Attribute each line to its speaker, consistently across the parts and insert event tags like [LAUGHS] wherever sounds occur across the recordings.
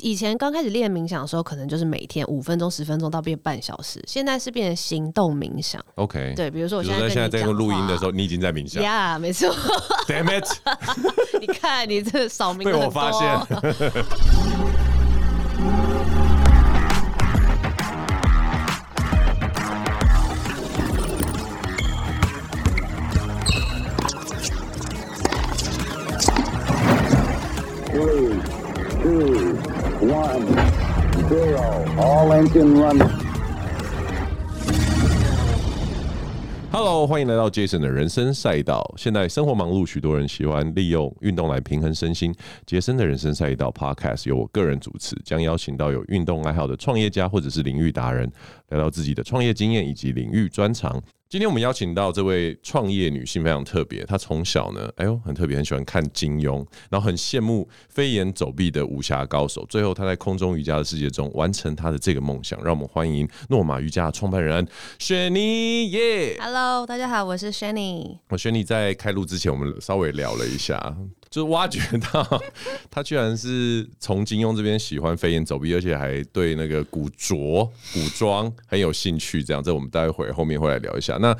Speaker 1: 以前刚开始练冥想的时候，可能就是每天五分钟、十分钟到变半小时，现在是变成行动冥想。
Speaker 2: OK，
Speaker 1: 对，比如说我
Speaker 2: 比
Speaker 1: 现
Speaker 2: 如
Speaker 1: 在跟
Speaker 2: 说现在
Speaker 1: 你
Speaker 2: 在
Speaker 1: 讲
Speaker 2: 用录音的时
Speaker 1: 话
Speaker 2: 候，你已经在冥想。
Speaker 1: 呀没错， [LAUGHS]
Speaker 2: Damn it！
Speaker 1: 你看你这扫描
Speaker 2: 被我发现。
Speaker 3: three, two, one, zero. All engine running.
Speaker 2: Hello，欢迎来到 Jason 的人生赛道。现在生活忙碌，许多人喜欢利用运动来平衡身心。杰森的人生赛道 Podcast 由我个人主持，将邀请到有运动爱好的创业家或者是领域达人，聊聊自己的创业经验以及领域专长。今天我们邀请到这位创业女性非常特别，她从小呢，哎呦很特别，很喜欢看金庸，然后很羡慕飞檐走壁的武侠高手。最后，她在空中瑜伽的世界中完成她的这个梦想。让我们欢迎诺玛瑜伽的创办人雪妮耶。
Speaker 1: Hello，大家好，我是 Shanny。
Speaker 2: 我轩尼在开录之前，我们稍微聊了一下，就是挖掘到他居然是从金庸这边喜欢飞檐走壁，而且还对那个古着、古装很有兴趣。这样，这我们待会后面会来聊一下。那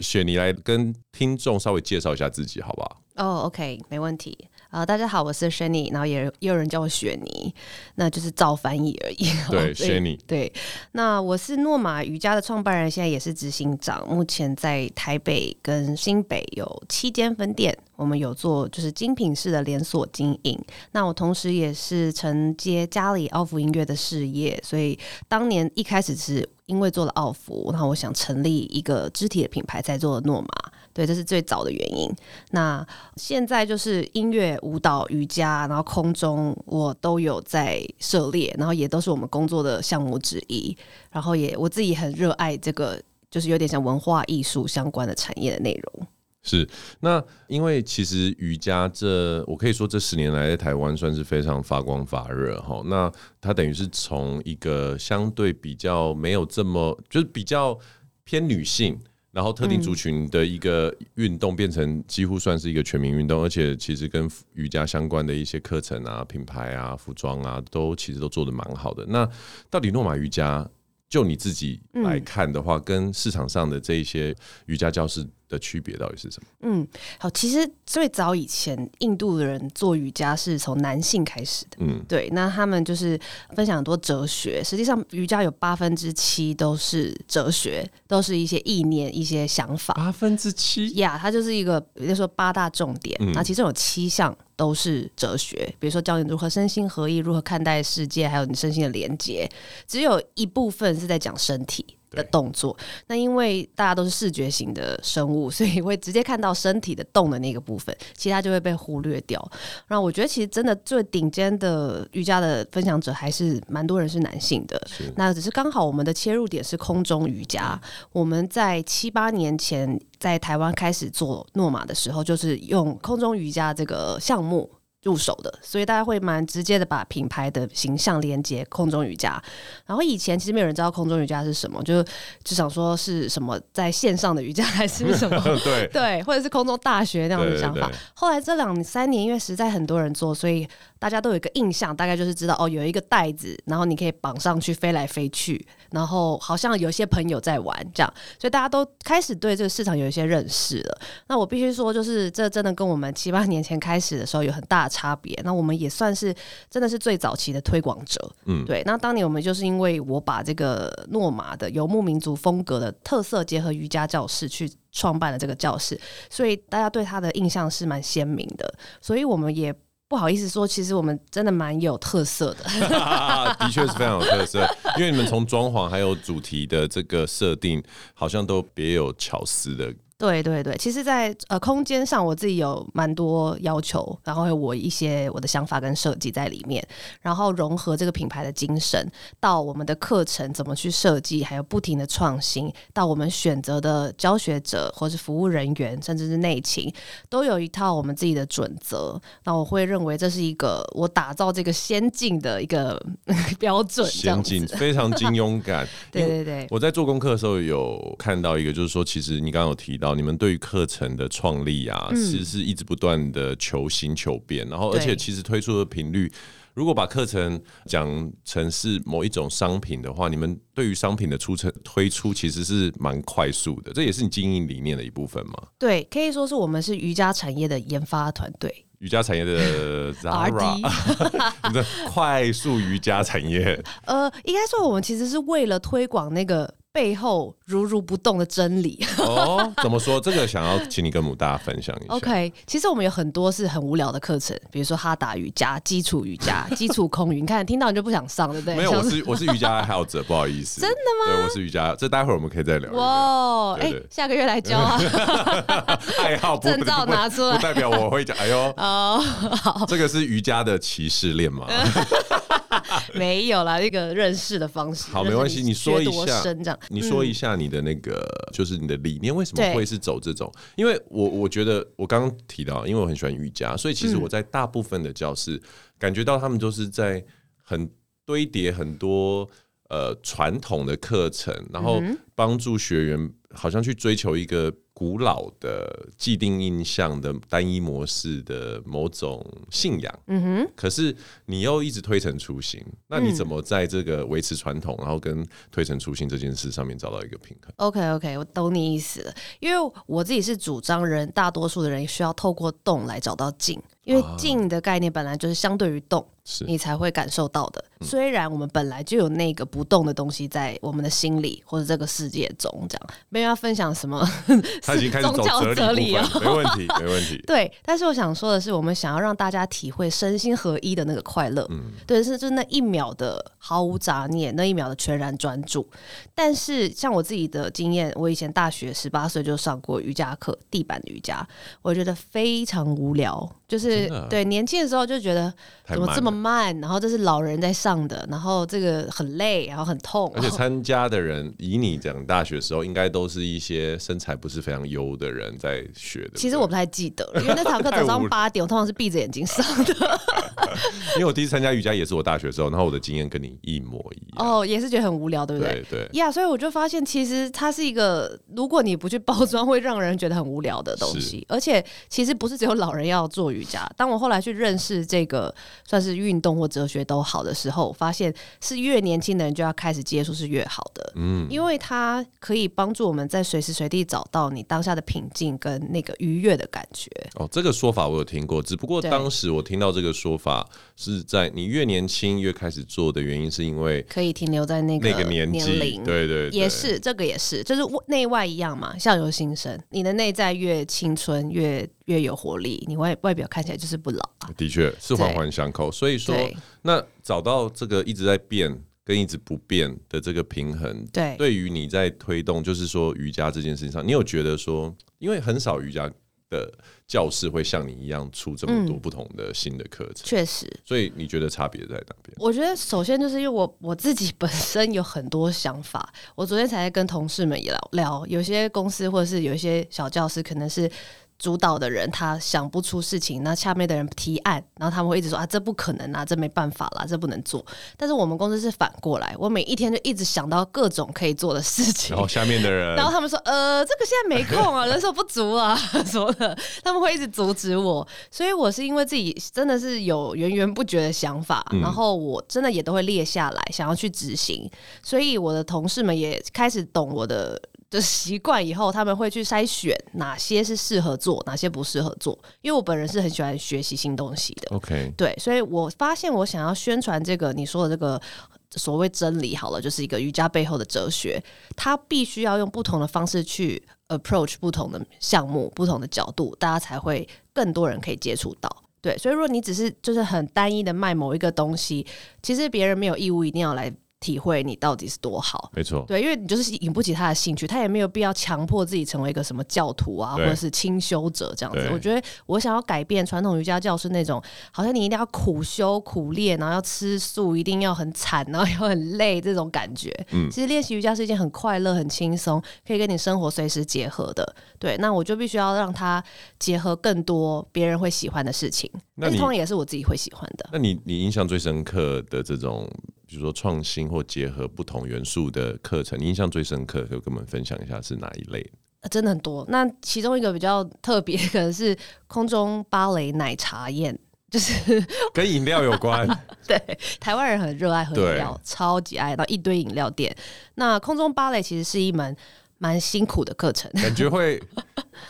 Speaker 2: 雪妮来跟听众稍微介绍一下自己，好不好？
Speaker 1: 哦、o k 没问题。呃，大家好，我是 Shani，然后也也有人叫我雪妮，那就是照翻译而已。哦
Speaker 2: 对
Speaker 1: 所以
Speaker 2: Shani
Speaker 1: 对，那我是诺玛瑜伽的创办人，现在也是执行长，目前在台北跟新北有七间分店，我们有做就是精品式的连锁经营。那我同时也是承接家里奥福音乐的事业，所以当年一开始是因为做了奥福，然后我想成立一个肢体的品牌，才做了诺玛。对，这是最早的原因。那现在就是音乐、舞蹈、瑜伽，然后空中我都有在涉猎，然后也都是我们工作的项目之一。然后也我自己很热爱这个，就是有点像文化艺术相关的产业的内容。
Speaker 2: 是，那因为其实瑜伽这，我可以说这十年来在台湾算是非常发光发热哈。那它等于是从一个相对比较没有这么，就是比较偏女性，然后特定族群的一个运动，变成几乎算是一个全民运动，而且其实跟瑜伽相关的一些课程啊、品牌啊、服装啊，都其实都做得蛮好的。那到底诺玛瑜伽？就你自己来看的话，跟市场上的这一些瑜伽教室的区别到底是什么？
Speaker 1: 嗯，好，其实最早以前，印度的人做瑜伽是从男性开始的。
Speaker 2: 嗯，
Speaker 1: 对，那他们就是分享很多哲学。实际上，瑜伽有八分之七都是哲学，都是一些意念、一些想法。
Speaker 2: 八分之七，
Speaker 1: 呀它就是一个，也就是说八大重点，那、其中有七项都是哲学，比如说教你如何身心合一，如何看待世界，还有你身心的连接。只有一部分是在讲身体的
Speaker 2: 对，
Speaker 1: 动作。那因为大家都是视觉型的生物， [LAUGHS] 所以会直接看到身体的动的那个部分，其他就会被忽略掉。然后我觉得，其实真的最顶尖的瑜伽的分享者，还是蛮多人是男性的。那只是刚好我们的切入点是空中瑜伽。我们在七八年前在台湾开始做诺玛的时候，就是用空中瑜伽这个项目。入手的，所以大家会蛮直接的把品牌的形象连接空中瑜伽。然后以前其实没有人知道空中瑜伽是什么，就就想说是什么在线上的瑜伽还是什么
Speaker 2: [LAUGHS]
Speaker 1: [LAUGHS]
Speaker 2: 对， [LAUGHS]
Speaker 1: 对，或者是空中大学那样的
Speaker 2: 对对
Speaker 1: 想法。
Speaker 2: 对
Speaker 1: 后来这两三年，因为实在很多人做，所以大家都有一个印象，大概就是知道哦，有一个袋子，然后你可以绑上去飞来飞去，然后好像有些朋友在玩这样，所以大家都开始对这个市场有一些认识了。那我必须说，就是这真的跟我们七八年前开始的时候有很大的差别。那我们也算是真的是最早期的推广者，
Speaker 2: 嗯
Speaker 1: 对。那当年我们就是因为我把这个诺玛的游牧民族风格的特色结合瑜伽教室去创办了这个教室，所以大家对它的印象是蛮鲜明的。所以我们也不好意思说，其实我们真的蛮有特色的。
Speaker 2: 的确是非常有特色。因为你们从装潢还有主题的这个设定，好像都别有巧思的。
Speaker 1: 对对对，其实在，呃空间上，我自己有蛮多要求，然后还有我一些我的想法跟设计在里面，然后融合这个品牌的精神，到我们的课程怎么去设计，还有不停的创新，到我们选择的教学者或是服务人员，甚至是内勤，都有一套我们自己的准则。那我会认为这是一个我打造这个先进的一个 [LAUGHS] 标准，这样
Speaker 2: 先进，
Speaker 1: 子。
Speaker 2: 非常金庸感。
Speaker 1: [LAUGHS] 对
Speaker 2: 因
Speaker 1: 对
Speaker 2: 为
Speaker 1: 对，
Speaker 2: 我在做功课的时候有看到一个，就是说，其实你刚刚有提到，你们对于课程的创立啊，其实是一直不断的求新求变，然后而且
Speaker 1: 嗯对
Speaker 2: 其实推出的频率。如果把课程讲成是某一种商品的话，你们对于商品的出成推出其实是蛮快速的，这也是你经营理念的一部分嘛。
Speaker 1: 对，可以说是我们是瑜伽产业的研发团队。
Speaker 2: 瑜伽产业
Speaker 1: [LAUGHS]
Speaker 2: 的 Zara，
Speaker 1: RD
Speaker 2: [LAUGHS] 你的快速瑜伽产
Speaker 1: [LAUGHS]
Speaker 2: 业，
Speaker 1: 呃，应该说我们其实是为了推广那个背后如如不动的真理。
Speaker 2: 哦，怎么说？这个想要请你跟母大分享一
Speaker 1: [LAUGHS]
Speaker 2: 下。
Speaker 1: OK，其实我们有很多是很无聊的课程，比如说哈达瑜伽、基础瑜伽、基础空云，你看听到你就不想上，对不对？
Speaker 2: 没有，
Speaker 1: 像
Speaker 2: 我是我是瑜伽爱好者，不好意
Speaker 1: [LAUGHS]
Speaker 2: 思。真的吗？对，我是瑜伽，这待会儿我们可以再聊一聊。
Speaker 1: 哇，
Speaker 2: 对
Speaker 1: 哎
Speaker 2: 对对，
Speaker 1: 下个月来教啊！ [LAUGHS]
Speaker 2: 爱好不
Speaker 1: 证照拿出来
Speaker 2: 不代表我会讲。哎呦，
Speaker 1: 哦，嗯
Speaker 2: 这个是瑜伽的歧视链嘛？
Speaker 1: 没有啦，一个认识的方式。
Speaker 2: 好，
Speaker 1: 认
Speaker 2: 没
Speaker 1: 识
Speaker 2: 关系，你说一
Speaker 1: 学多
Speaker 2: 下
Speaker 1: 深这样，
Speaker 2: 你说一下你的那个，就是你的理念为什么
Speaker 1: 对
Speaker 2: 会是走这种？因为我我觉得我刚刚提到，因为我很喜欢瑜伽，所以其实我在大部分的教室感觉到他们都是在很堆叠很多呃传统的课程，然后帮助学员好像去追求一个古老的既定印象的单一模式的某种信仰。可是你又一直推陈出新，那你怎么在这个维持传统，然后跟推陈出新这件事上面找到一个平衡？
Speaker 1: OK OK，我懂你意思了，因为我自己是主张人，大多数的人需要透过动来找到静，因为静的概念本来就是相对于动，
Speaker 2: 啊是嗯
Speaker 1: 你才会感受到的。虽然我们本来就有那个不动的东西在我们的心里或者这个世界中，这样没有要分享什么
Speaker 2: 他已经开始
Speaker 1: 宗
Speaker 2: 走
Speaker 1: 教哲
Speaker 2: 哲
Speaker 1: 理
Speaker 2: 理
Speaker 1: 哦
Speaker 2: 部。分，没问题，没问
Speaker 1: [LAUGHS]
Speaker 2: 题。
Speaker 1: 对，但是我想说的是，我们想要让大家体会身心合一的那个快乐，
Speaker 2: 嗯
Speaker 1: 对，是就是那一秒的毫无杂念，那一秒的全然专注。但是像我自己的经验，我以前大学十八岁就上过瑜伽课，地板瑜伽，我觉得非常无聊，就是
Speaker 2: 真的啊
Speaker 1: 对年轻的时候就觉得
Speaker 2: 太
Speaker 1: 怎么
Speaker 2: 慢
Speaker 1: 这么
Speaker 2: 了
Speaker 1: 慢，然后这是老人在上的，然后这个很累，然后很痛，
Speaker 2: 而且参加的人，以你讲大学的时候，应该都是一些身材不是非常优的人在学的。
Speaker 1: 其实我不太记得了，因为那堂课
Speaker 2: [LAUGHS] 太
Speaker 1: 早
Speaker 2: 无
Speaker 1: 上
Speaker 2: 聊
Speaker 1: 八点，我通常是闭着眼睛上的。
Speaker 2: 因为我第一次参加瑜伽也是我大学的时候，然后我的经验跟你一模一样。
Speaker 1: 哦，也是觉得很无聊，对不
Speaker 2: 哎对对，
Speaker 1: 呀所以我就发现，其实它是一个，如果你不去包装， [LAUGHS] 会让人觉得很无聊的东西。而且，其实不是只有老人要做瑜伽。当我后来去认识这个算是运动或哲学都好的时候，发现是越年轻的人就要开始接触是越好的。嗯，因为它可以帮助我们在随时随地找到你当下的平静跟那个愉悦的感觉。
Speaker 2: 哦，这个说法我有听过，只不过
Speaker 1: 对
Speaker 2: 当时我听到这个说法是在你越年轻越开始做的原因，是因为
Speaker 1: 可以停留在那个
Speaker 2: 那个年纪，
Speaker 1: 龄，
Speaker 2: 对对对，
Speaker 1: 也是这个也是，就是内外一样嘛，相由心生。你的内在越青春，越越有活力，你外外表看起来就是不老啊。
Speaker 2: 的确是环环相扣。所以说
Speaker 1: 对，
Speaker 2: 那找到这个一直在变跟一直不变的这个平衡，
Speaker 1: 对
Speaker 2: 对于你在推动，就是说瑜伽这件事情上，你有觉得说，因为很少瑜伽的教室会像你一样出这么多不同的新的课程，
Speaker 1: 确实，
Speaker 2: 所以你觉得差别在哪
Speaker 1: [LAUGHS]
Speaker 2: 边？
Speaker 1: 我觉得首先就是因为我我自己本身有很多想法，我昨天才跟同事们也聊聊，有些公司或者是有一些小教室可能是。主导的人他想不出事情，那下面的人提案，然后他们会一直说啊，这不可能啊，这没办法啦，这不能做。但是我们公司是反过来，我每一天就一直想到各种可以做的事情
Speaker 2: 然，后下面的人
Speaker 1: 然后他们说，呃，这个现在没空啊，人手不足啊 [LAUGHS] 什么的，他们会一直阻止我。所以我是因为自己真的是有源源不绝的想法，然后我真的也都会列下来，想要去执行。所以我的同事们也开始懂我的。的习惯以后，他们会去筛选哪些是适合做，哪些不适合做。因为我本人是很喜欢学习新东西的，
Speaker 2: [LAUGHS] OK，
Speaker 1: 对，所以我发现我想要宣传这个你说的这个所谓真理，好了，就是一个瑜伽背后的哲学，它必须要用不同的方式去 approach 不同的项目、不同的角度，大家才会更多人可以接触到。对，所以如果你只是就是很单一的卖某一个东西，其实别人没有义务一定要来体会你到底是多好。
Speaker 2: 没错，
Speaker 1: 对，因为你就是引不起他的兴趣，他也没有必要强迫自己成为一个什么教徒啊，或
Speaker 2: 对
Speaker 1: 者是清修者这样子
Speaker 2: 对。
Speaker 1: 我觉得我想要改变传统瑜伽教是那种，好像你一定要苦修苦练，然后要吃素，一定要很惨，然后要很累这种感觉。
Speaker 2: 嗯
Speaker 1: 其实练习瑜伽是一件很快乐、很轻松，可以跟你生活随时结合的。对，那我就必须要让它结合更多别人会喜欢的事情，
Speaker 2: 那
Speaker 1: 但是
Speaker 2: 你
Speaker 1: 通常也是我自己会喜欢的。
Speaker 2: 那你你印象最深刻的这种，比如说创新或结合不同元素的课程，你印象最深刻，可以跟我们分享一下是哪一类？
Speaker 1: 呃真的很多。那其中一个比较特别，可能是空中芭蕾奶茶宴。 [LAUGHS] 就是
Speaker 2: 跟饮料有关，
Speaker 1: 对台湾人很热爱喝饮料
Speaker 2: 对，
Speaker 1: 超级爱到一堆饮料店。那空中芭蕾其实是一门蛮辛苦的课程，
Speaker 2: 感觉会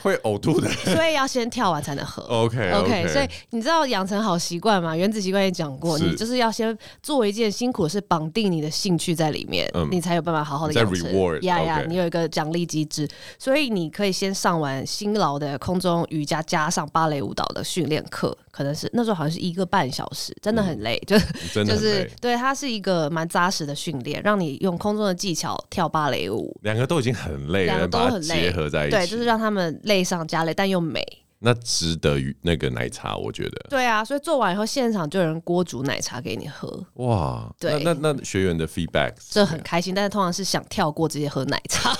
Speaker 2: 会呕吐的。 [LAUGHS]
Speaker 1: 所以要先跳完才能喝。
Speaker 2: OK
Speaker 1: OK，所以你知道养成好习惯嘛？原子习惯也讲过，
Speaker 2: 是
Speaker 1: 你就是要先做一件辛苦的事，绑定你的兴趣在里面，
Speaker 2: 嗯
Speaker 1: 你才有办法好好的
Speaker 2: 你在
Speaker 1: 养成。
Speaker 2: reward，
Speaker 1: 呀呀
Speaker 2: OK
Speaker 1: 你有一个奖励机制，所以你可以先上完辛劳的空中瑜伽，加上芭蕾舞蹈的训练课，可能是那时候好像是一个半小时，真的很累，就是
Speaker 2: 嗯真的
Speaker 1: 就
Speaker 2: 很累
Speaker 1: 是对，它是一个蛮扎实的训练，让你用空中的技巧跳芭蕾舞，
Speaker 2: 两个都已经很累
Speaker 1: 两
Speaker 2: 了，
Speaker 1: 个都
Speaker 2: 把它
Speaker 1: 很累，
Speaker 2: 结合在一起，
Speaker 1: 对，就是让他们累上加累，但又美。
Speaker 2: 那值得于那个奶茶，我觉得
Speaker 1: 对啊，所以做完以后，现场就有人锅煮奶茶给你喝，
Speaker 2: 哇，
Speaker 1: 对
Speaker 2: 那那那学员的 feedback 是
Speaker 1: 这很开心。但是通常是想跳过直接喝奶
Speaker 2: [LAUGHS]
Speaker 1: 茶，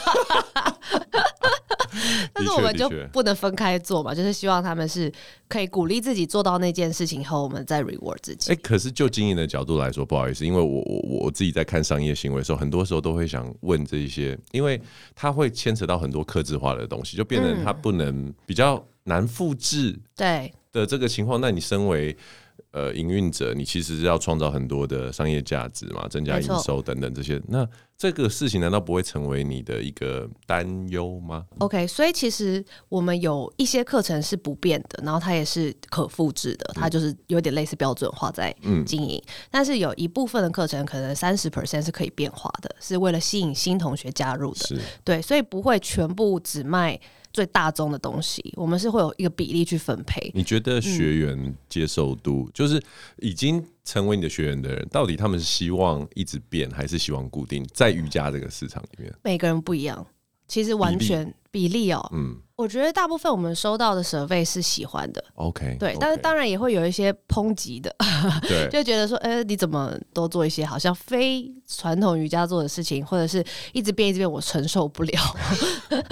Speaker 1: 但是我们
Speaker 2: 的
Speaker 1: 就
Speaker 2: 确
Speaker 1: 不能分开做嘛，就是希望他们是可以鼓励自己做到那件事情以后，我们再 reward 自己。
Speaker 2: 哎、可是就经营的角度来说，不好意思，因为我我我我自己在看商业行为的时候，很多时候都会想问这一些，因为它会牵扯到很多克制化的东西，就变
Speaker 1: 嗯
Speaker 2: 成它不能比较难复制
Speaker 1: 对，
Speaker 2: 的这个情况。那你身为呃营运者，你其实是要创造很多的商业价值嘛，增加
Speaker 1: 没错
Speaker 2: 营收等等这些。那这个事情难道不会成为你的一个担忧吗？
Speaker 1: OK，所以其实我们有一些课程是不变的，然后它也是可复制
Speaker 2: 嗯
Speaker 1: 的，它就是有点类似标准化在经营。但是有一部分的课程可能三十 percent 是可以变化的，是为了吸引新同学加入的。
Speaker 2: 是
Speaker 1: 对，所以不会全部只卖最大宗的东西，我们是会有一个比例去分配。
Speaker 2: 你觉得学员接受度，就是已经成为你的学员的人，到底他们是希望一直变，还是希望固定在瑜伽这个市场里面？
Speaker 1: 每个人不一样，其实完
Speaker 2: 比例
Speaker 1: 全比例哦、
Speaker 2: 嗯
Speaker 1: 我觉得大部分我们收到的 survey 是喜欢的，
Speaker 2: ，OK，
Speaker 1: 对但是当然也会有一些抨击的，
Speaker 2: 对
Speaker 1: [LAUGHS] 就觉得说，呃，你怎么都做一些好像非传统瑜伽做的事情，或者是一直变一直变，我承受不了。 [LAUGHS] 对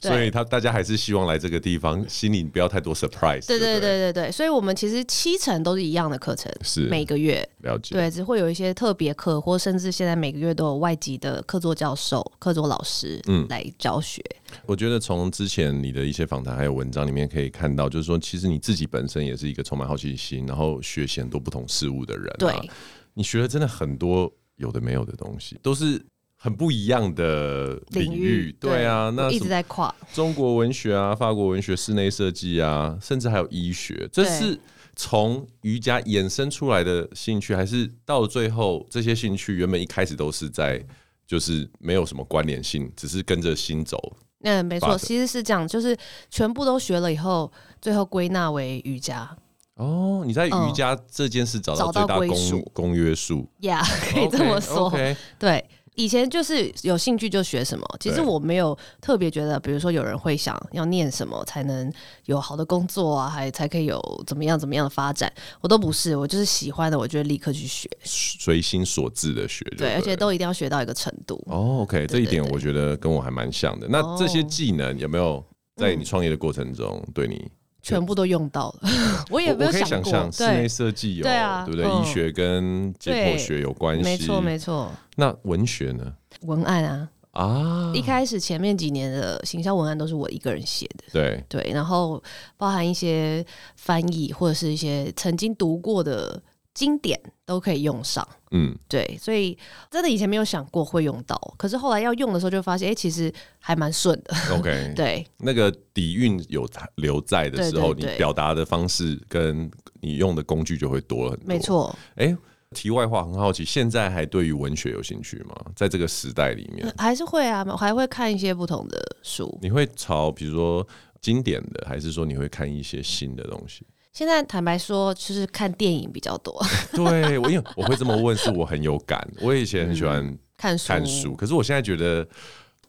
Speaker 2: 所以他大家还是希望来这个地方，心里不要太多 surprise
Speaker 1: 对
Speaker 2: 对
Speaker 1: 对对
Speaker 2: 不，
Speaker 1: 对对，所以我们其实七成都是一样的课程，
Speaker 2: 是
Speaker 1: 每个月
Speaker 2: 了解，
Speaker 1: 对，只会有一些特别课，或甚至现在每个月都有外籍的课座教授、课座老师
Speaker 2: 嗯
Speaker 1: 来教学。
Speaker 2: 我觉得从之前你的一些访谈还有文章里面可以看到，就是说，其实你自己本身也是一个充满好奇心，然后学习很多不同事物的人、啊。
Speaker 1: 对，
Speaker 2: 你学了真的很多有的没有的东西，都是很不一样的领域。对啊，那
Speaker 1: 我一
Speaker 2: 什
Speaker 1: 直
Speaker 2: 么
Speaker 1: 在跨，
Speaker 2: 中国文学啊、法国文学、室内设计啊，甚至还有医学，这
Speaker 1: 对
Speaker 2: 是。从瑜伽衍生出来的兴趣，还是到最后这些兴趣原本一开始都是在就是没有什么关联性，只是跟着心走
Speaker 1: 嗯，没
Speaker 2: 发
Speaker 1: 错，
Speaker 2: 展
Speaker 1: 其实是这样，就是全部都学了以后，最后归纳为瑜伽。
Speaker 2: 哦，你在瑜
Speaker 1: 嗯
Speaker 2: 伽这件事找到
Speaker 1: 找
Speaker 2: 最
Speaker 1: 到
Speaker 2: 大
Speaker 1: 归
Speaker 2: 公
Speaker 1: 属
Speaker 2: 公约数，
Speaker 1: 呀、 [LAUGHS] 可以这么说。 [LAUGHS]
Speaker 2: OK，OK
Speaker 1: 对，以前就是有兴趣就学什么。其实
Speaker 2: 对
Speaker 1: 我没有特别觉得，比如说有人会想要念什么才能有好的工作啊，还才可以有怎么样怎么样的发展，我都不是。我就是喜欢的，我就立刻去学。
Speaker 2: 随心所至的学就
Speaker 1: 对，
Speaker 2: 了
Speaker 1: 而且都一定要学到一个程度。
Speaker 2: 哦，OK，这一点我觉得跟我还蛮像的。那这些
Speaker 1: 哦
Speaker 2: 技能有没有在你创业的过程中对你？
Speaker 1: 全部都用到了， [LAUGHS] 我也
Speaker 2: 我
Speaker 1: 没有
Speaker 2: 我可以想
Speaker 1: 过，
Speaker 2: 象室内
Speaker 1: 对，
Speaker 2: 设计有，
Speaker 1: 对啊
Speaker 2: 不对？
Speaker 1: 嗯
Speaker 2: 医学跟解剖学有关系，
Speaker 1: 没错没错，
Speaker 2: 那文学呢？
Speaker 1: 文案啊，
Speaker 2: 啊，
Speaker 1: 一开始前面几年的行销文案都是我一个人写的，
Speaker 2: 对
Speaker 1: 对，然后包含一些翻译或者是一些曾经读过的经典都可以用上，
Speaker 2: 嗯，
Speaker 1: 对，所以真的以前没有想过会用到，可是后来要用的时候就发现，哎、其实还蛮顺的， [LAUGHS]
Speaker 2: OK，
Speaker 1: 对，
Speaker 2: 那个底蕴有留在的时候，
Speaker 1: 对对对
Speaker 2: 你表达的方式跟你用的工具就会多了很多。
Speaker 1: 没错。
Speaker 2: 哎、题外话，很好奇，现在还对于文学有兴趣吗？在这个时代里面，
Speaker 1: 还是会啊，我还会看一些不同的书。
Speaker 2: 你会朝比如说经典的，还是说你会看一些新的东西？
Speaker 1: 现在坦白说，就是看电影比较多，
Speaker 2: 对我，因为我会这么问，是我很有感。我以前很喜欢
Speaker 1: 看书。
Speaker 2: 看书，嗯可是我现在觉得。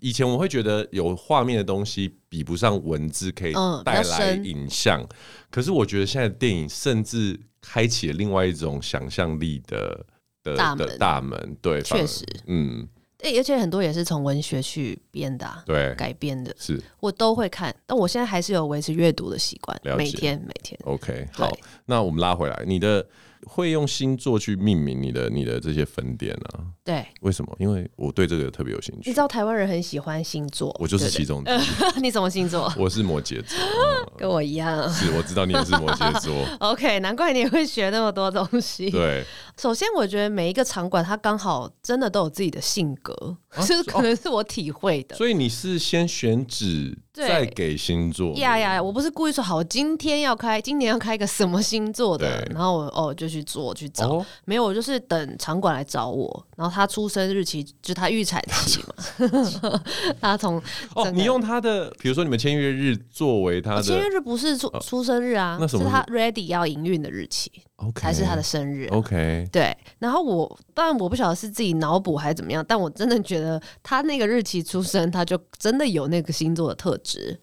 Speaker 2: 以前我会觉得有画面的东西比不上文字可以
Speaker 1: 嗯比
Speaker 2: 带
Speaker 1: 较
Speaker 2: 来
Speaker 1: 深
Speaker 2: 影像，可是我觉得现在的电影甚至开启了另外一种想象力的的
Speaker 1: 大
Speaker 2: 的
Speaker 1: 门
Speaker 2: 大门，对，反而
Speaker 1: 确实，
Speaker 2: 嗯，
Speaker 1: 诶而且很多也是从文学去编的、啊，
Speaker 2: 对，
Speaker 1: 改编的，
Speaker 2: 是
Speaker 1: 我都会看。但我现在还是有维持阅读的习惯
Speaker 2: 了解，哦
Speaker 1: 每天每天。
Speaker 2: OK，好
Speaker 1: 对，
Speaker 2: 那我们拉回来，你的会用星座去命名你的你的这些分店啊？
Speaker 1: 对，
Speaker 2: 为什么？因为我对这个特别有兴
Speaker 1: 你
Speaker 2: 趣
Speaker 1: 知，道台湾人很喜欢星座，
Speaker 2: 我就是
Speaker 1: 对不
Speaker 2: 其中之
Speaker 1: 对 [LAUGHS] 你什么星座？
Speaker 2: 一， [LAUGHS] 我是摩羯
Speaker 1: [LAUGHS]
Speaker 2: 座，嗯
Speaker 1: 跟我一样。
Speaker 2: 是我知道你也是摩羯
Speaker 1: [LAUGHS]
Speaker 2: 座，
Speaker 1: OK，难怪你会学那么多东西。
Speaker 2: 对，啊
Speaker 1: 首先，我觉得每一个场馆它刚好真的都有自己的性格，
Speaker 2: 啊
Speaker 1: 就是可能是我体会的。
Speaker 2: 所以你是先选址，
Speaker 1: 对
Speaker 2: 再给星座，
Speaker 1: 呀呀！我不是故意说好，今天要开，今年要开一个什么星座的，
Speaker 2: 对
Speaker 1: 然后我哦就去做去找，
Speaker 2: 哦
Speaker 1: 没有，我就是等场馆来找我，然后他出生日期就是他预产期
Speaker 2: [LAUGHS]
Speaker 1: 嘛，他从整
Speaker 2: 哦，
Speaker 1: 个
Speaker 2: 你用他的，比如说你们签约日作为他
Speaker 1: 签约
Speaker 2: 的哦
Speaker 1: 日不是出出生日啊，
Speaker 2: 那什
Speaker 1: 是
Speaker 2: 么日
Speaker 1: 他 ready 要营运的日期，
Speaker 2: ，OK，哦
Speaker 1: 才是他的生日啊、
Speaker 2: OK，
Speaker 1: 对，然后我当然我不晓得是自己脑补还是怎么样，但我真的觉得他那个日期出生，他就真的有那个星座的特质。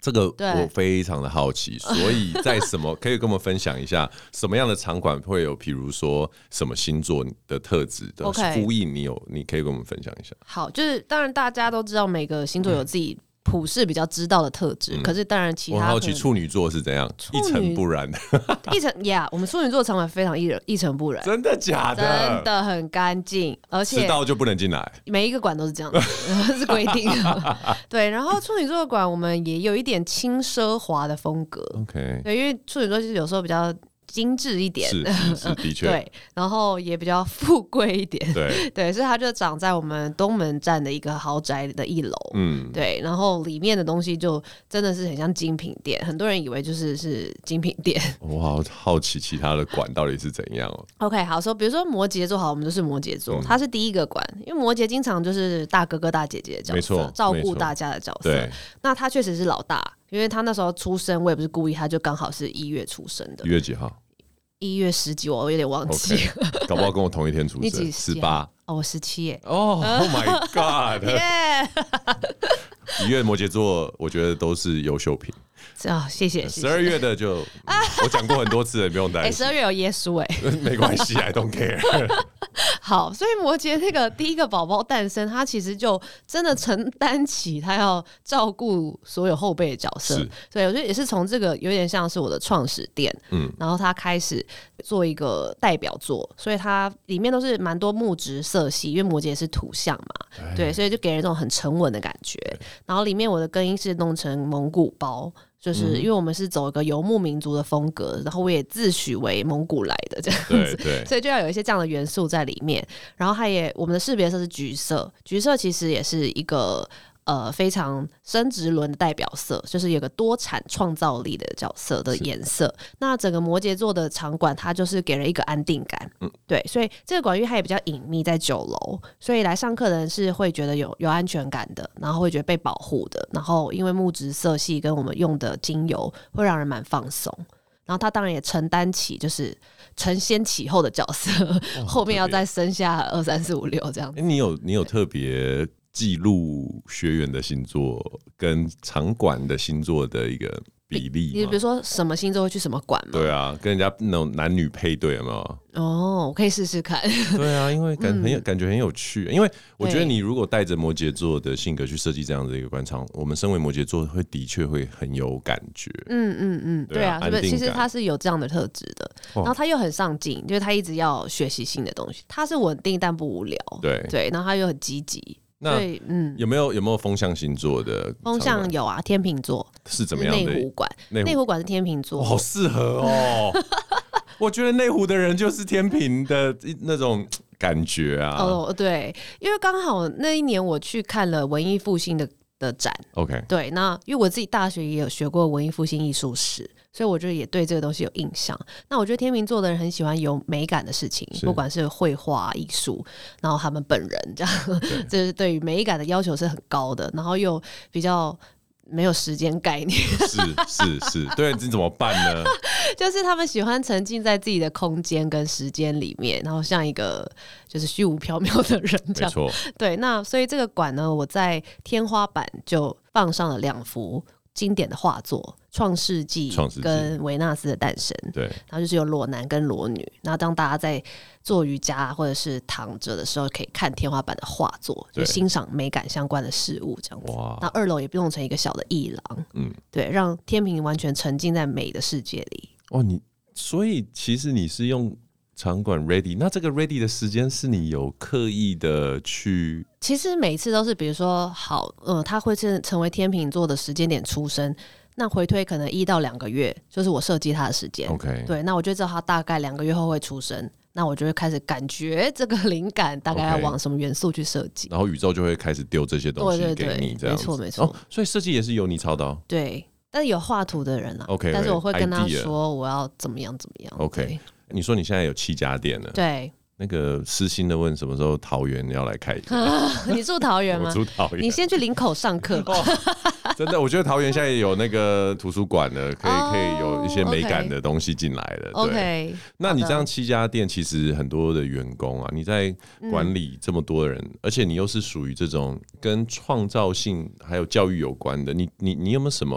Speaker 2: 这个
Speaker 1: 对
Speaker 2: 我非常的好奇，所以在什么可以跟我们分享一下什么样的场馆会有，比如说什么星座的特质的
Speaker 1: OK
Speaker 2: 呼应，你有你可以跟我们分享一下。
Speaker 1: 好，就是当然大家都知道每个星
Speaker 2: 嗯
Speaker 1: 座有自己普世比较知道的特质，可是当然其
Speaker 2: 我
Speaker 1: 他
Speaker 2: 很好
Speaker 1: 可
Speaker 2: 奇
Speaker 1: 能
Speaker 2: 处女座是怎样，
Speaker 1: 处
Speaker 2: 一
Speaker 1: 女
Speaker 2: 尘不染的，
Speaker 1: 一尘呀我们处女座场馆非常一人一尘不染，
Speaker 2: 真的假
Speaker 1: 真的很干净，而
Speaker 2: 迟
Speaker 1: 且
Speaker 2: 到就不能进来，
Speaker 1: 每一个馆都是这样子，是规定
Speaker 2: [LAUGHS]
Speaker 1: 的。 [LAUGHS] 对，然后处女座的馆我们也有一点轻奢华的风格，
Speaker 2: OK，
Speaker 1: 对，因为处女座就是有时候比较精致一点，
Speaker 2: 是是是，的确，
Speaker 1: 对，然后也比较 [LAUGHS] 富贵一点， [LAUGHS]
Speaker 2: 对，
Speaker 1: 对，所以它就长在我们东门站的一个豪宅的一楼。
Speaker 2: 嗯，
Speaker 1: 对，然后里面的东西就真的是很像精品店，很多人以为就是是精品店。
Speaker 2: 我好好奇其他的馆到底是怎样哦。
Speaker 1: OK，好说，比如说摩羯座，好，我们就是摩羯
Speaker 2: 嗯
Speaker 1: 座，他是第一个管，因为摩羯经常就是大哥哥大姐姐的角
Speaker 2: 没错
Speaker 1: 色，照
Speaker 2: 没
Speaker 1: 顾
Speaker 2: 错
Speaker 1: 大家的角色
Speaker 2: 对。，
Speaker 1: 那他确实是老大，因为他那时候出生，我也不是故意，他就刚好是一月出生的
Speaker 2: 一，月几号
Speaker 1: 一月十 [LAUGHS] 几，我有点忘记了。
Speaker 2: ？OK，搞不 [LAUGHS] 好跟我同一天出
Speaker 1: 你
Speaker 2: 生，
Speaker 1: 几
Speaker 2: 十
Speaker 1: 几
Speaker 2: 八
Speaker 1: 啊。哦，我十七
Speaker 2: [LAUGHS]
Speaker 1: 耶。
Speaker 2: 哦、oh,
Speaker 1: [LAUGHS]
Speaker 2: my God！
Speaker 1: 耶！
Speaker 2: 一月摩羯座，我觉得都是优秀品。
Speaker 1: 啊，谢谢谢
Speaker 2: 十
Speaker 1: 谢。
Speaker 2: 二月的 [LAUGHS] 就、嗯我讲过很多次了，你不用
Speaker 1: 哎，
Speaker 2: 担
Speaker 1: 十
Speaker 2: 心，
Speaker 1: 二月有耶稣哎，
Speaker 2: 没关系，I don't [LAUGHS] care。
Speaker 1: 好，所以摩羯那个第一个宝宝诞生，他其实就真的承担起他要照顾所有后辈的角色
Speaker 2: 是。
Speaker 1: 对，我觉得也是从这个有点像是我的创始店，
Speaker 2: 嗯
Speaker 1: 嗯，然后他开始做一个代表作，所以它里面都是蛮多木质色系，因为摩羯是土象
Speaker 2: 哎
Speaker 1: 嘛，对，所以就给人一种很沉稳的感觉。然后里面我的更衣室弄成蒙古包。
Speaker 2: 嗯
Speaker 1: 就是因为我们是走一个游牧民族的风格，然后我也自诩为蒙古来的这样子，
Speaker 2: 对对，
Speaker 1: 所以就要有一些这样的元素在里面。然后它也，我们的识别色是橘色，橘色其实也是一个呃非常生殖轮的代表色，就是有个多产创造力的角色的颜色。那整个摩羯座的场馆，它就是给人一个安定感，对，所以这个馆域它也比较隐秘，在九楼，所以来上课的人是会觉得有有安全感的，然后会觉得被保护的，然后因为木质色系跟我们用的精油会让人蛮放松。然后他当然也承担起就是承先启后的角色， [LAUGHS] 后面要再生下二三四五六这样
Speaker 2: 哦哎、你有你有特别记录学员的星座跟场馆的星座的一个比例
Speaker 1: 你
Speaker 2: 吗
Speaker 1: 比如？说什么星座会去什么馆嘛？
Speaker 2: 对啊，跟人家那种男女配对有没有？
Speaker 1: 哦，我可以试试看。
Speaker 2: [LAUGHS]
Speaker 1: [LAUGHS]
Speaker 2: 对啊，因为感很有、感觉很有趣，因为我觉得
Speaker 1: 对
Speaker 2: 你如果带着摩羯座的性格去设计这样的一个官场，我们身为摩羯座会的确会很有感觉。
Speaker 1: 嗯嗯嗯，
Speaker 2: 对
Speaker 1: 对
Speaker 2: 啊
Speaker 1: 啊，是不
Speaker 2: 安
Speaker 1: 是？
Speaker 2: 定
Speaker 1: 其实
Speaker 2: 感哦
Speaker 1: 他是有这样的特质的，
Speaker 2: 哇
Speaker 1: 然后他又很上进，就是他一直要学习新的东西，他是稳定但不无聊，
Speaker 2: 对
Speaker 1: 对，然后他又很积极，
Speaker 2: 那
Speaker 1: 所以嗯，
Speaker 2: 有没有有没有风象星座的
Speaker 1: 风
Speaker 2: 场
Speaker 1: 向
Speaker 2: 馆
Speaker 1: 有啊，天秤座
Speaker 2: 是怎么
Speaker 1: 是
Speaker 2: 样
Speaker 1: 内
Speaker 2: 的？
Speaker 1: 湖馆，
Speaker 2: 内湖
Speaker 1: 内湖馆是天秤座
Speaker 2: 哇，，好适合
Speaker 1: [LAUGHS]
Speaker 2: 哦！我觉得内湖的人就是天平的一那种感觉啊。
Speaker 1: 哦对，因为刚好那一年我去看了文艺复兴的的展，
Speaker 2: OK，
Speaker 1: 对，那因为我自己大学也有学过文艺复兴艺术史，所以我觉得也对这个东西有印象。那我觉得天秤座的人很喜欢有美感的事情，
Speaker 2: 是
Speaker 1: 不管是绘画、艺术，然后他们本人这样，就是对于美感的要求是很高的，然后又比较。没有时间概念，
Speaker 2: 是是是， [LAUGHS] 对，这怎么办呢？
Speaker 1: 就是他们喜欢沉浸在自己的空间跟时间里面，然后像一个就是虚无缥缈的人 [LAUGHS] 这
Speaker 2: 没
Speaker 1: 样。
Speaker 2: 错，
Speaker 1: 对，那所以这个馆呢，我在天花板就放上了两幅经典的画作，《创世纪
Speaker 2: 创世纪》
Speaker 1: 跟《维纳斯的诞生》，
Speaker 2: 对，
Speaker 1: 然后就是有裸男跟裸女。然后当大家在做瑜伽或者是躺着的时候，可以看天花板的画作，就
Speaker 2: 对
Speaker 1: 欣赏美感相关的事物这样子。
Speaker 2: 哇
Speaker 1: 那，二楼也弄成一个小的艺廊，
Speaker 2: 嗯
Speaker 1: 嗯，对，让天平完全沉浸在美的世界里。
Speaker 2: 哦，你所以其实你是用场馆 ready，那这个 ready 的时间是你有刻意的去
Speaker 1: 其实每次都是，比如说，好，呃，他会是成为天秤座的时间点出生，那回推可能一到两个月，就是我设计他的时间。
Speaker 2: OK，
Speaker 1: 对，那我就知道他大概两个月后会出生，那我就会开始感觉这个灵感大概要
Speaker 2: OK
Speaker 1: 往什么元素去设计。
Speaker 2: 然后宇宙就会开始丢这些东西
Speaker 1: 对对
Speaker 2: 给
Speaker 1: 对
Speaker 2: 你，这样子
Speaker 1: 没错没错
Speaker 2: 哦，所以设计也是由你操刀。
Speaker 1: 对，但有画图的人啊
Speaker 2: OK，
Speaker 1: 但是我会跟他
Speaker 2: idea
Speaker 1: 说我要怎么样怎么样。
Speaker 2: OK 你说你现在有七家店了，
Speaker 1: 对，
Speaker 2: 那个私心的问什么时候桃园要来开一家？
Speaker 1: 啊
Speaker 2: [LAUGHS]
Speaker 1: 对你住桃园
Speaker 2: 我
Speaker 1: 吗？
Speaker 2: 住桃园，
Speaker 1: 你先去林口上课吧。
Speaker 2: [LAUGHS] 真的，我觉得桃园现在有那个图书馆了，可以、
Speaker 1: 哦
Speaker 2: 可以有一些美感
Speaker 1: OK
Speaker 2: 的东西进来了。哦对
Speaker 1: OK，
Speaker 2: 那你这样七家店，其实很多的员工啊，你在
Speaker 1: 嗯
Speaker 2: 管理这么多人，而且你又是属于这种跟创造性还有教育有关的，你你你有没有什么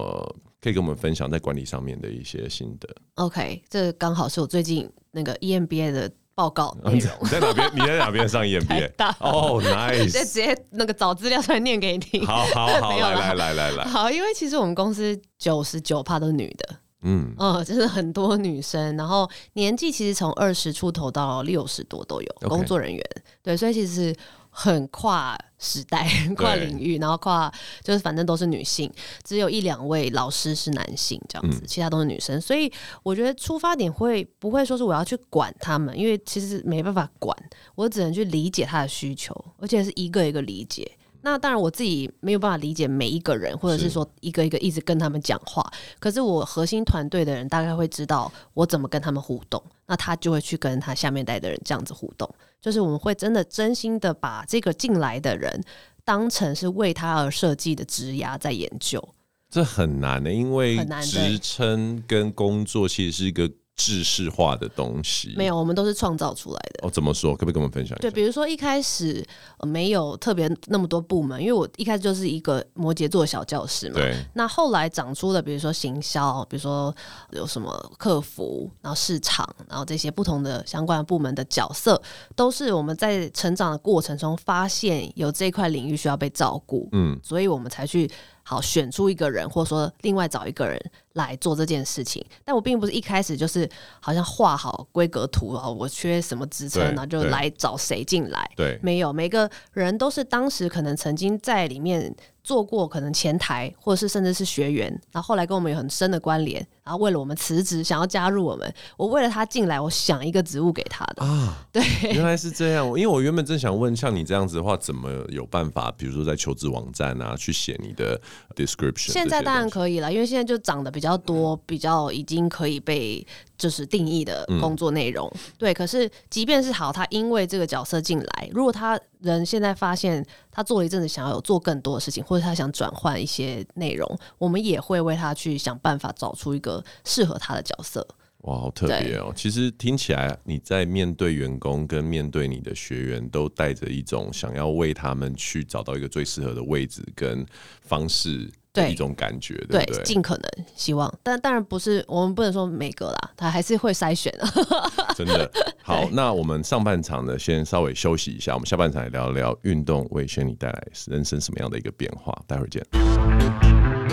Speaker 2: 可以跟我们分享在管理上面的一些心
Speaker 1: [LAUGHS]
Speaker 2: 得？
Speaker 1: OK，这刚好是我最近那个 E EMBA 的报告内
Speaker 2: 哦你
Speaker 1: 容
Speaker 2: 在，你在哪边？你在哪边上 EMBA？
Speaker 1: 大
Speaker 2: 哦、
Speaker 1: [LAUGHS]
Speaker 2: n [LAUGHS] i
Speaker 1: 再
Speaker 2: c
Speaker 1: 直
Speaker 2: e
Speaker 1: 接那个找资料出来念给你听。
Speaker 2: 好好好，
Speaker 1: [LAUGHS] 没有啦
Speaker 2: 来来来来来，
Speaker 1: 好，因为其实我们公司九十九趴都是女的，
Speaker 2: 嗯，
Speaker 1: 嗯，就是很多女生，然后年纪其实从二十出头到六十多都有
Speaker 2: OK
Speaker 1: 工作人员，对，所以其实很跨时代、 [LAUGHS] 跨领域，然后跨就是反正都是女性，只有一两位老师是男性这样子，其他都是女生，所以我觉得出发点会不会说是我要去管他们，因为其实没办法管，我只能去理解他的需求，而且是一个一个理解。那当然，我自己没有办法理解每一个人，或者
Speaker 2: 是
Speaker 1: 是说一个一个一直跟他们讲话。可是我核心团队的人大概会知道我怎么跟他们互动，那他就会去跟他下面带的人这样子互动。就是我们会真的真心的把这个进来的人当成是为他而设计的职涯在研究。
Speaker 2: 这很难的、因为
Speaker 1: 很难对
Speaker 2: 职称跟工作其实是一个制式化的东西。
Speaker 1: 没有，我们都是创造出来的。
Speaker 2: 哦，怎么说？可不可以跟我们分享一下？
Speaker 1: 对，比如说一开始、呃没有特别那么多部门，因为我一开始就是一个摩羯座小教室嘛。
Speaker 2: 对
Speaker 1: 那后来长出了，比如说行销，比如说有什么客服，然后市场，然后这些不同的相关的部门的角色，都是我们在成长的过程中发现有这块领域需要被照顾，
Speaker 2: 嗯，
Speaker 1: 所以我们才去好选出一个人，或者说另外找一个人来做这件事情。但我并不是一开始就是好像画好规格图啊，我缺什么职称，
Speaker 2: 对
Speaker 1: 然后就
Speaker 2: 对
Speaker 1: 来找谁进来，
Speaker 2: 对
Speaker 1: [LAUGHS] 没有，每个人都是当时可能曾经在里面做过，可能前台或者是甚至是学员，然后后来跟我们有很深的关联，然后为了我们辞职，想要加入我们。我为了他进来，我想一个职务给他的。
Speaker 2: 啊，对，原来是这样。因为我原本正想问，像你这样子的话，怎么有办法？比如说在求职网站啊，去写你的 description 这些东西。
Speaker 1: 现在当然可以了，因为现在就涨得比较多，比较已经可以被就是定义的工作内容。对，可是即便是好，他因为这个角色进来，如果他人现在发现他做了一阵子，想要有做更多的事情，或者他想转换一些内容，我们也会为他去想办法找出一个适合他的角色。
Speaker 2: 哇，好特别哦！其实听起来你在面对员工跟面对你的学员，都带着一种想要为他们去找到一个最适合的位置跟方式的
Speaker 1: 对
Speaker 2: 一种感觉，
Speaker 1: 对
Speaker 2: 对不对，？
Speaker 1: 尽可能希望，但当然不是我们不能说每个啦，他还是会筛选啊。
Speaker 2: 真的好。那我们上半场呢，先稍微休息一下，我们下半场来聊聊运动为轩尼带来人生什么样的一个变化。待会儿见。
Speaker 1: [LAUGHS]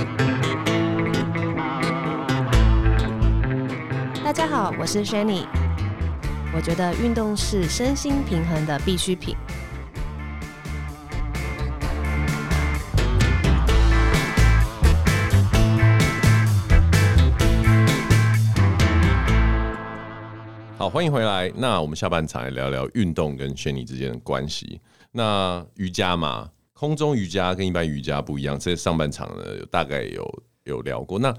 Speaker 1: 大家好，我是 Shani。我觉得运动是身心平衡的必需品。
Speaker 2: 好，欢迎回来。那我们下半场来聊聊运动跟轩尼之间的关系。那瑜伽嘛，空中瑜伽跟一般瑜伽不一样，这上半场呢有大概有有聊过。那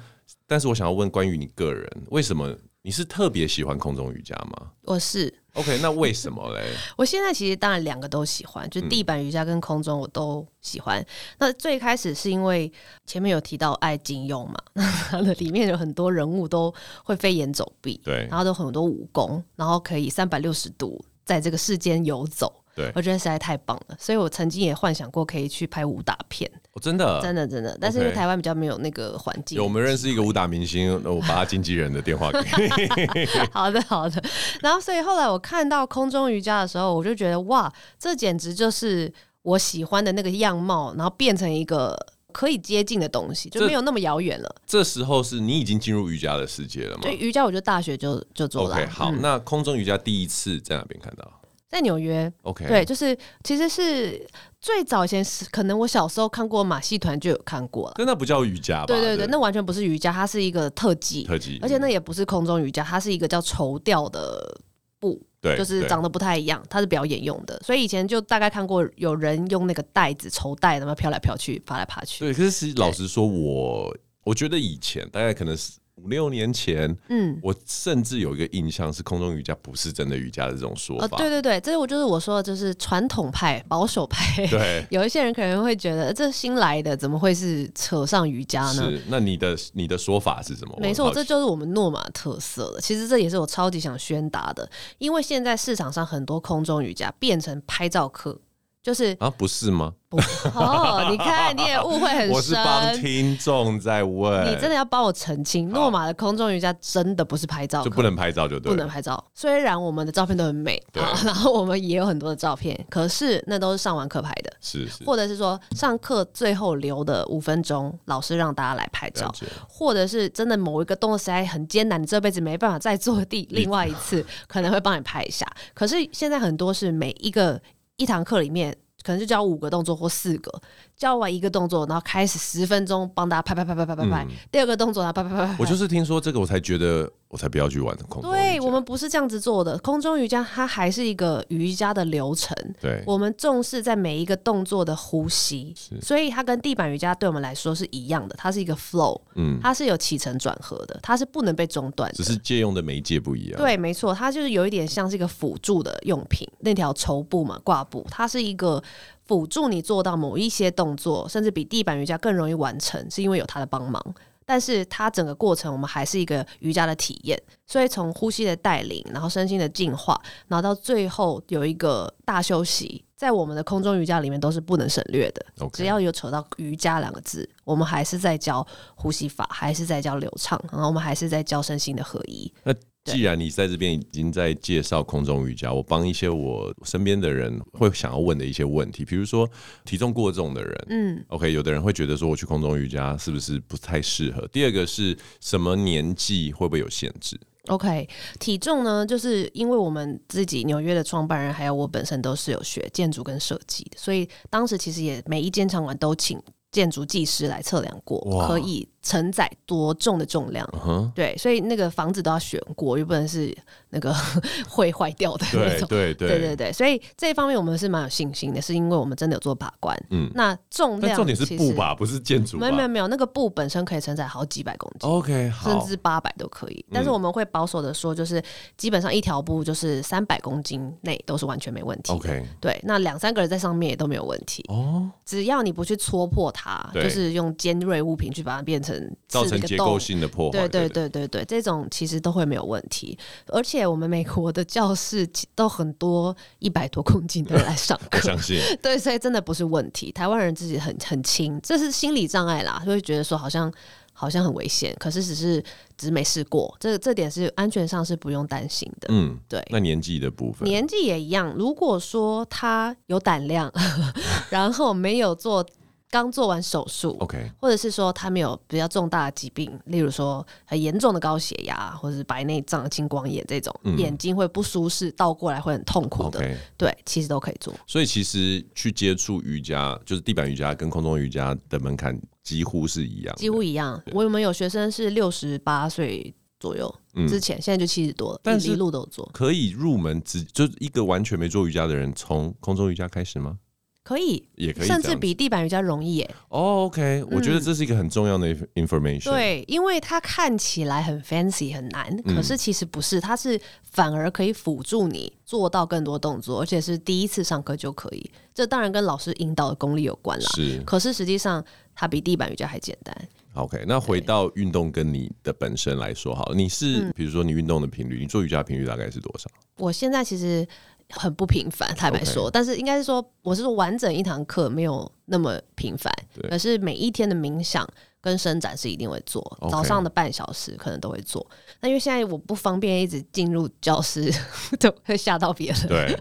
Speaker 2: 但是我想要问关于你个人，为什么你是特别喜欢空中瑜伽吗
Speaker 1: 我是，
Speaker 2: ？OK，那为什
Speaker 1: [LAUGHS]
Speaker 2: 么嘞？
Speaker 1: 我现在其实当然两个都喜欢，
Speaker 2: 嗯
Speaker 1: 就地板瑜伽跟空中我都喜欢。那最开始是因为前面有提到爱金庸嘛， [LAUGHS] 他的里面有很多人物都会飞檐走壁，
Speaker 2: 对
Speaker 1: 然后都很多武功，然后可以三百六十度在这个世间游走。
Speaker 2: 对
Speaker 1: 我觉得实在太棒了，所以我曾经也幻想过可以去拍武打片，
Speaker 2: 哦，真的，
Speaker 1: 真的真的，但是因为
Speaker 2: OK
Speaker 1: 台湾比较没有那个环境。
Speaker 2: 有我们认识一个武打明星，那我把他经纪人的电话给你。
Speaker 1: [LAUGHS] 好的，好的。然后，所以后来我看到空中瑜伽的时候，我就觉得哇，这简直就是我喜欢的那个样貌，然后变成一个可以接近的东西，就
Speaker 2: 这
Speaker 1: 没有那么遥远了。
Speaker 2: 这时候是你已经进入瑜伽的世界了吗
Speaker 1: 对瑜伽，我就大学就就做了。
Speaker 2: ？OK，好，
Speaker 1: 嗯
Speaker 2: 那空中瑜伽第一次在哪边看到
Speaker 1: 在纽约，
Speaker 2: ？OK，
Speaker 1: 对，就是其实是最早以前是可能我小时候看过马戏团就有看过了。
Speaker 2: 但那不叫瑜伽吧？
Speaker 1: 对对对，那完全不是瑜伽，它是一个特技，
Speaker 2: 特技，嗯
Speaker 1: 而且那也不是空中瑜伽，它是一个叫绸吊的布，
Speaker 2: 对
Speaker 1: 就是
Speaker 2: 对
Speaker 1: 长得不太一样，它是表演用的。所以以前就大概看过有人用那个带子绸带，那么飘来飘去，爬来爬去。
Speaker 2: 对，可是其实老实说，我我觉得以前大概可能是五六年前，
Speaker 1: 嗯，
Speaker 2: 我甚至有一个印象是空中瑜伽不是真的瑜伽的这种说
Speaker 1: 呃，
Speaker 2: 法。
Speaker 1: 对对对，这我就是我说的，就是传统派、保守派。
Speaker 2: 对
Speaker 1: [LAUGHS] 有一些人可能会觉得呃这新来的怎么会是扯上瑜伽呢？
Speaker 2: 是。那你的你的说法是什么？
Speaker 1: 没
Speaker 2: 我
Speaker 1: 错，
Speaker 2: 很好
Speaker 1: 这
Speaker 2: 奇
Speaker 1: 就是我们诺玛特色了。其实这也是我超级想宣达的，因为现在市场上很多空中瑜伽变成拍照课，
Speaker 2: [LAUGHS]
Speaker 1: 就是
Speaker 2: 啊，不是吗？
Speaker 1: 不哦，你看你也误会很
Speaker 2: 我是帮
Speaker 1: 深。
Speaker 2: 听众在问，
Speaker 1: 你真的要帮我澄清，
Speaker 2: 哎好
Speaker 1: 诺玛的空中瑜伽真的不是拍照课，
Speaker 2: 就不能拍照就对
Speaker 1: 不
Speaker 2: 了，
Speaker 1: 能拍照。虽然我们的照片都很美
Speaker 2: 对
Speaker 1: 啊，然后我们也有很多的照片，可是那都是上完课拍的。
Speaker 2: 是是
Speaker 1: 或者是说上课最后留的五分钟，老师让大家来拍
Speaker 2: 了
Speaker 1: 照，
Speaker 2: 解
Speaker 1: 或者是真的某一个动作实在很艰难，你这辈子没办法再做第另外一次，可能会帮你拍一下。可是现在很多是每一个一堂课里面。可能就教五个动作或四个，教完一个动作，然后开始十分钟帮大家拍拍拍拍拍拍拍，第二个动作然后拍拍拍拍拍。
Speaker 2: [LAUGHS] 我就是听说这个，我才觉得我才不要去玩空中瑜伽。
Speaker 1: 对我们不是这样子做的，空中瑜伽它还是一个瑜伽的流程，
Speaker 2: 对
Speaker 1: 我们重视在每一个动作的呼吸，所以它跟地板瑜伽对我们来说是一样的，它是一个 flow，
Speaker 2: 嗯
Speaker 1: 它是有起承转合的，它是不能被中断
Speaker 2: 只
Speaker 1: 的。
Speaker 2: 是借用的媒介不一样。，
Speaker 1: 对，没错，它就是有一点像是一个辅助的用品，那条绸布嘛，挂布，它是一个辅助你做到某一些动作，甚至比地板瑜伽更容易完成，是因为有它的帮忙。但是它整个过程，我们还是一个瑜伽的体验，所以从呼吸的带领，然后身心的净化，然后到最后有一个大休息，在我们的空中瑜伽里面都是不能省略的。
Speaker 2: OK
Speaker 1: 只要有扯到瑜伽两个字，我们还是在教呼吸法，还是在教流畅，然后我们还是在教身心的合一。
Speaker 2: 那既然你在这边已经在介绍空中瑜伽，我帮一些我身边的人会想要问的一些问题，比如说体重过重的人，
Speaker 1: 嗯
Speaker 2: ，OK，有的人会觉得说我去空中瑜伽是不是不太适合？第二个是什么年纪会不会有限
Speaker 1: [LAUGHS]
Speaker 2: 制？
Speaker 1: OK，体重呢，就是因为我们自己纽约的创办人还有我本身都是有学建筑跟设计的，所以当时其实也每一间场馆都请建筑技师来测量过
Speaker 2: 哇，
Speaker 1: 可以承载多重的重量。
Speaker 2: 嗯哼，
Speaker 1: 对，所以那个房子都要选过，又不能是那个 [LAUGHS] 会坏掉的那
Speaker 2: 对
Speaker 1: 种。
Speaker 2: 对
Speaker 1: 对对对，所以这一方面我们是蛮有信心的，是因为我们真的有做把关。
Speaker 2: 嗯
Speaker 1: 嗯，那重
Speaker 2: 但
Speaker 1: 量
Speaker 2: 重点是
Speaker 1: 其实
Speaker 2: 布？吧，不是建筑吧
Speaker 1: 没有没有没有，那个布本身可以承载好几百公斤。
Speaker 2: ？OK，
Speaker 1: 甚
Speaker 2: 好嗯
Speaker 1: 至，八百都可以，但是我们会保守的说，就是基本上一条布就是三百公斤内都是完全没问题的。
Speaker 2: OK
Speaker 1: 对，那两三个人在上面也都没有问题，
Speaker 2: 哦，
Speaker 1: 只要你不去戳破它，
Speaker 2: 对
Speaker 1: 就是用尖锐物品去把它变成
Speaker 2: 造
Speaker 1: 刺了
Speaker 2: 成
Speaker 1: 一个
Speaker 2: 结
Speaker 1: 洞
Speaker 2: 构性的破坏。
Speaker 1: 对对对对对，这种其实都会没有问题。而且我们美国的教室其都很多一百多公斤的人来上
Speaker 2: 我
Speaker 1: 课
Speaker 2: 相。信。
Speaker 1: 对，所以真的不是问题。台湾人自己很很轻，这是心理障碍啦，就会觉得说好像好像很危险，可是只是只是没试过，这这点是安全上是不用担心的。
Speaker 2: 嗯，
Speaker 1: 对，
Speaker 2: 那年纪的部分，
Speaker 1: 年纪也一样。如果说他有胆量， [LAUGHS] 然后没有做刚做完手术
Speaker 2: OK，
Speaker 1: 或者是说他没有比较重大的疾病，例如说很严重的高血压或者是白内障、青光眼这种，
Speaker 2: 嗯
Speaker 1: 眼睛会不舒适，倒过来会很痛苦的
Speaker 2: OK，
Speaker 1: 对，其实都可以做。
Speaker 2: 所以其实去接触瑜伽，就是地板瑜伽跟空中瑜伽的门槛几乎是一样的，
Speaker 1: 几乎一样。我们有学生是六十八岁左右
Speaker 2: 嗯
Speaker 1: 之前，现在就七十多了，
Speaker 2: 但
Speaker 1: 一
Speaker 2: 是
Speaker 1: 一路都有做，
Speaker 2: 可以入门直，就是一个完全没做瑜伽的人，从空中瑜伽开始吗？
Speaker 1: 可以，
Speaker 2: 也可以这样
Speaker 1: 甚
Speaker 2: 子，
Speaker 1: 至比嗯地板瑜伽容易耶。
Speaker 2: 哦，OK，我觉得这是一个很重要的 information。，
Speaker 1: 对，因为它看起来很 fancy 很难，
Speaker 2: 嗯
Speaker 1: 可是其实不是，它是反而可以辅助你做到更多动作，而且是第一次上课就可以。这当然跟老师引导的功力有关啦。
Speaker 2: 是
Speaker 1: 可是实际上，它比地板瑜伽还简单。
Speaker 2: OK。那回到运动跟你的本身来说，好了，你是、
Speaker 1: 嗯
Speaker 2: 比如说你运动的频率，你做瑜伽的频率大概是多少？
Speaker 1: 我现在其实很不频繁，坦白说
Speaker 2: OK
Speaker 1: 但是应该是说，我是说完整一堂课没有那么频繁
Speaker 2: 对，
Speaker 1: 可是每一天的冥想跟伸展是一定会做
Speaker 2: OK
Speaker 1: 早上的半小时可能都会做。 [LAUGHS] 那因为现在我不方便一直进入教室，都会吓到别人， [LAUGHS]
Speaker 2: 对，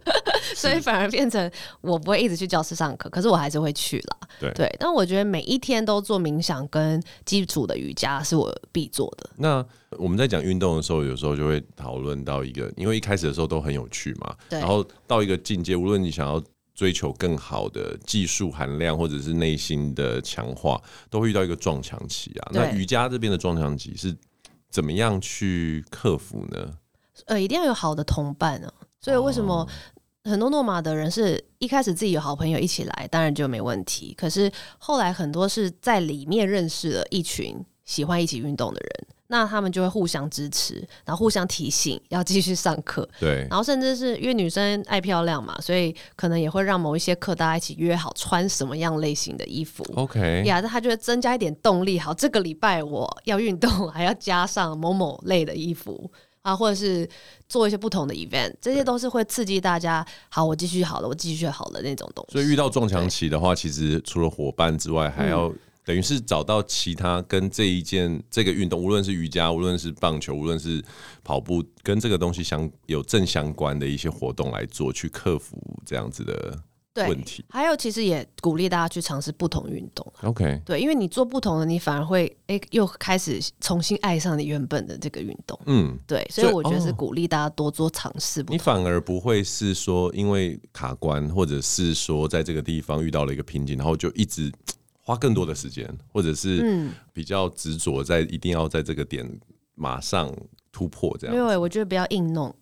Speaker 1: 所以反而变成我不会一直去教室上课，可是我还是会去啦。
Speaker 2: 对
Speaker 1: 对，但我觉得每一天都做冥想跟基础的瑜伽是我必做的。
Speaker 2: 那我们在讲运动的时候，有时候就会讨论到一个，因为一开始的时候都很有趣嘛，
Speaker 1: 对
Speaker 2: 然后到一个境界，无论你想要追求更好的技术含量，或者是内心的强化，都会遇到一个撞墙期啊。
Speaker 1: 对
Speaker 2: 那瑜伽这边的撞墙期是怎么样去克服呢？
Speaker 1: 呃，一定要有好的同伴啊。所以为什么很多诺马的人是一开始自己有好朋友一起来，当然就没问题。可是后来很多是在里面认识了一群喜欢一起运动的人，那他们就会互相支持，然后互相提醒要继续上课。
Speaker 2: 对，
Speaker 1: 然后甚至是因为女生爱漂亮嘛，所以可能也会让某一些课大家一起约好穿什么样类型的衣服。
Speaker 2: OK，
Speaker 1: 呀，那他就会增加一点动力。好，这个礼拜我要运动， [LAUGHS] 还要加上某某类的衣服啊，或者是做一些不同的 event，这些都是会刺激大家。好，我继续好了，我继续好了那种东西。
Speaker 2: 所以遇到撞墙期的话，其实除了伙伴之外，还要、等于是找到其他跟这一件这个运动，无论是瑜伽，无论是棒球，无论是跑步，跟这个东西相有正相关的一些活动来做，去克服这样子的
Speaker 1: 对
Speaker 2: 问题。
Speaker 1: 还有，其实也鼓励大家去尝试不同运动。啊
Speaker 2: OK，
Speaker 1: 对，因为你做不同的，你反而会诶、又开始重新爱上你原本的这个运动。
Speaker 2: 嗯，
Speaker 1: 对，所以
Speaker 2: 所以
Speaker 1: 我觉得是
Speaker 2: 哦
Speaker 1: 鼓励大家多做尝试不
Speaker 2: 你反而不会是说因为卡关，或者是说在这个地方遇到了一个瓶颈，然后就一直花更多的时间，或者是比较执着在一定要在这个点马上突破这样
Speaker 1: 没。有、欸，我觉得不要硬弄。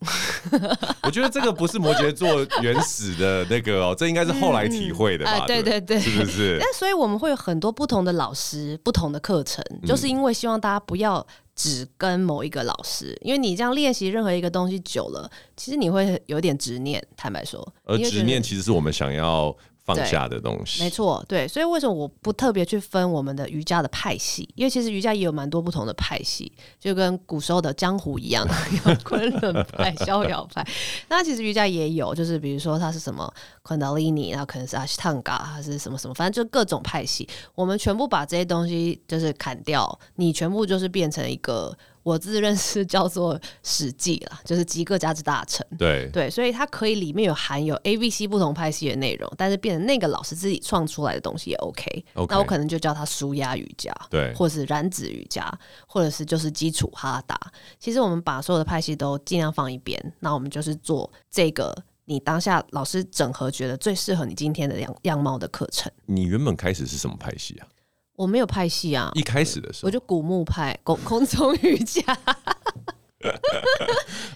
Speaker 2: 我觉得这个不是摩羯座原始的那个哦，这应该是后来体会的吧？
Speaker 1: 啊对
Speaker 2: 对
Speaker 1: 对对
Speaker 2: 是不
Speaker 1: [LAUGHS]
Speaker 2: 是？
Speaker 1: 但所以我们会有很多不同的老师、不同的课程，
Speaker 2: 嗯
Speaker 1: 就是因为希望大家不要只跟某一个老师，因为你这样练习任何一个东西久了，其实你会有点执念。坦白说，
Speaker 2: 而
Speaker 1: 你会觉得
Speaker 2: 呃执念其实是我们想要放下的东西，
Speaker 1: 没。错，对，所以为什么我不特别去分我们的瑜伽的派系？因为其实瑜伽也有蛮多不同的派系，就跟古时候的江湖一样， [LAUGHS] 有昆仑派、逍遥派。那其实瑜伽也有，就是比如说它是什么昆达利尼，然后可能是阿斯汤嘎，还是什么什么，反正就各种派系。我们全部把这些东西就是砍掉，你全部就是变成一个我自认是叫做《史记》啦，就是集各家之大成。
Speaker 2: 对，
Speaker 1: 对，所以它可以里面有含有 A、B、C 不同派系的内容，但是变成那个老师自己创出来的东西也 OK。
Speaker 2: OK
Speaker 1: 那我可能就叫它舒压瑜伽，
Speaker 2: 对
Speaker 1: 或是燃脂瑜伽，或者是就是基础哈达。其实我们把所有的派系都尽量放一边，那我们就是做这个你当下老师整合觉得最适合你今天的样样貌的课程。
Speaker 2: 你原本开始是什么派系啊？
Speaker 1: 我没有派系啊
Speaker 2: 一，开始的时
Speaker 1: 我
Speaker 2: 候，
Speaker 1: 就古墓派空空中瑜伽。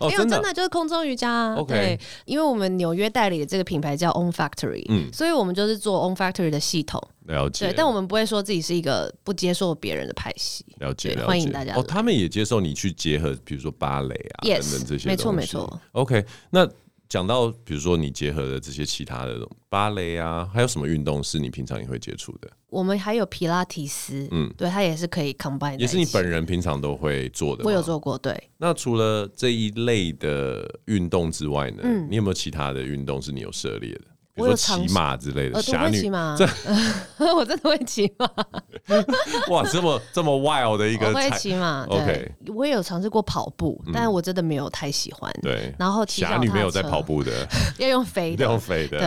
Speaker 2: 哦，
Speaker 1: 没有，
Speaker 2: 真的
Speaker 1: 真
Speaker 2: 啊，
Speaker 1: 的就是空中瑜伽啊。
Speaker 2: OK
Speaker 1: 对，因为我们纽约代理的这个品牌叫 On Factory，
Speaker 2: 嗯
Speaker 1: 所以我们就是做 On Factory 的系统。
Speaker 2: 了解。
Speaker 1: 对，但我们不会说自己是一个不接受别人的派系。
Speaker 2: 了解，
Speaker 1: 对
Speaker 2: 了解
Speaker 1: 欢迎大家
Speaker 2: 哦，
Speaker 1: 来
Speaker 2: 他们也接受你去结合，比如说芭蕾啊
Speaker 1: Yes，
Speaker 2: 等等这些东西。
Speaker 1: 没错没错。
Speaker 2: OK，那讲到比如说你结合的这些其他的芭蕾啊，还有什么运动是你平常也会接触的？
Speaker 1: 我们还有皮拉提斯，
Speaker 2: 嗯
Speaker 1: 嗯，对，它也是可以 combine，
Speaker 2: 也是你本
Speaker 1: 人，
Speaker 2: 人平常都会做的吗？
Speaker 1: 我有做过，对。
Speaker 2: 那除了这一类的运动之外呢，你有没有其他的运动是你有涉猎的？比
Speaker 1: 嗯我
Speaker 2: 如说
Speaker 1: 有尝
Speaker 2: 骑
Speaker 1: 试
Speaker 2: 马之类的，
Speaker 1: 呃，我
Speaker 2: 侠
Speaker 1: 会
Speaker 2: 女
Speaker 1: 骑马， [LAUGHS] 我真的会骑马，
Speaker 2: 哇，这么这么 wild 的一
Speaker 1: 我
Speaker 2: 个
Speaker 1: 会
Speaker 2: 菜
Speaker 1: 骑马。
Speaker 2: OK 嗯
Speaker 1: 对，我也有尝试过跑步，但我真的没有太喜欢。
Speaker 2: 对，
Speaker 1: 然后骑脚
Speaker 2: 侠
Speaker 1: 踏
Speaker 2: 女没有在
Speaker 1: 车
Speaker 2: 跑，
Speaker 1: [LAUGHS]
Speaker 2: 步的，
Speaker 1: 要用飞
Speaker 2: [LAUGHS]
Speaker 1: 的，
Speaker 2: 浪费的。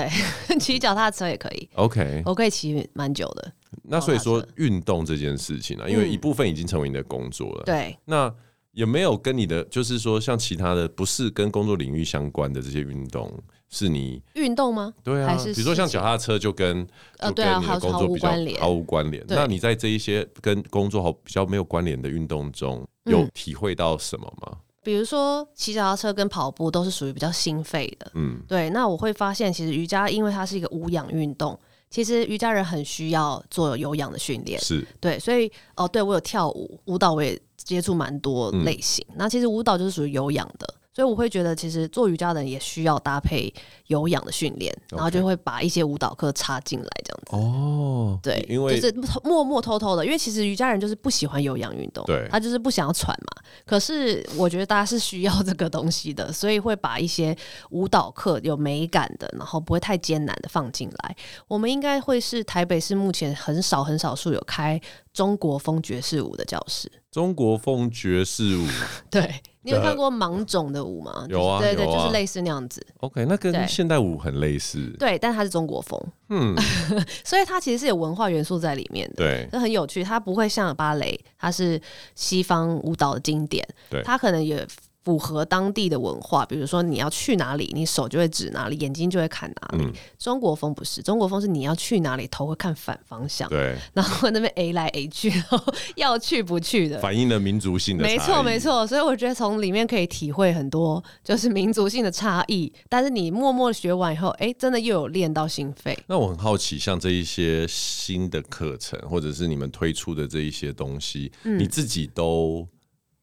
Speaker 1: 对， [LAUGHS] 骑脚踏车也可以，
Speaker 2: OK，
Speaker 1: 我可以骑蛮久的。
Speaker 2: 那所以说运动这件事情啊，因为一部分已经成为你的工作了。，
Speaker 1: 嗯对，
Speaker 2: 那有没有跟你的，就是说像其他的不是跟工作领域相关的这些运动，是你
Speaker 1: 运动吗？
Speaker 2: 对啊，
Speaker 1: 还是
Speaker 2: 比如说像
Speaker 1: 事情
Speaker 2: 脚踏车就跟
Speaker 1: 呃
Speaker 2: 就
Speaker 1: 对啊
Speaker 2: 跟你的
Speaker 1: 毫
Speaker 2: 工
Speaker 1: 毫
Speaker 2: 作
Speaker 1: 无
Speaker 2: 比较
Speaker 1: 关联
Speaker 2: 毫无关联。
Speaker 1: 对
Speaker 2: 那你在这一些跟工作好比较没有关联的运动中，
Speaker 1: 嗯
Speaker 2: 有体会到什么吗？
Speaker 1: 比如说骑脚踏车跟跑步都是属于比较心肺的，
Speaker 2: 嗯，
Speaker 1: 对。那我会发现，其实瑜伽因为它是一个无氧运动，其实瑜伽人很需要做有氧的训练，
Speaker 2: 是
Speaker 1: 对。所以哦，对我有跳舞，舞蹈我也接触蛮多类型。
Speaker 2: 嗯
Speaker 1: 那其实舞蹈就是属于有氧的，所以我会觉得其实做瑜伽的人也需要搭配有氧的训练，然后就会把一些舞蹈课插进来这样子。
Speaker 2: 哦，
Speaker 1: 对，
Speaker 2: 因为
Speaker 1: 就是默默偷偷的，因为其实瑜伽人就是不喜欢有氧运动，
Speaker 2: 对
Speaker 1: 他就是不想要喘嘛。可是我觉得大家是需要这个东西的，所以会把一些舞蹈课有美感的，然后不会太艰难的放进来。我们应该会是台北市目前很少很少数有开中国风爵士舞的教室，
Speaker 2: 中国风爵士舞，
Speaker 1: 对，你有看过盲种的舞吗？
Speaker 2: 啊有啊
Speaker 1: 对对，
Speaker 2: 有
Speaker 1: 就
Speaker 2: 啊
Speaker 1: 是类似那样子。
Speaker 2: OK，那跟
Speaker 1: 对
Speaker 2: 现代舞很类似。
Speaker 1: 对，但它是中国风，
Speaker 2: 嗯，
Speaker 1: [LAUGHS] 所以它其实是有文化元素在里面的。
Speaker 2: 对
Speaker 1: 这很有趣，它不会像芭蕾，它是西方舞蹈的经典，
Speaker 2: 对
Speaker 1: 它可能也符合当地的文化。比如说你要去哪里，你手就会指哪里，眼睛就会看哪里。
Speaker 2: 嗯
Speaker 1: 中国风不是，中国风是你要去哪里，头会看反方向，
Speaker 2: 对，
Speaker 1: 然后那边 A 来 A 去，然后要去不去的。
Speaker 2: 反映了民族性的。
Speaker 1: 没错，没。错，所以我觉得从里面可以体会很多就是民族性的差异，但是你默默学完以后，哎、真的又有练到心肺。
Speaker 2: 那我很好奇，像这一些新的课程，或者是你们推出的这一些东西，
Speaker 1: 嗯
Speaker 2: 你自己都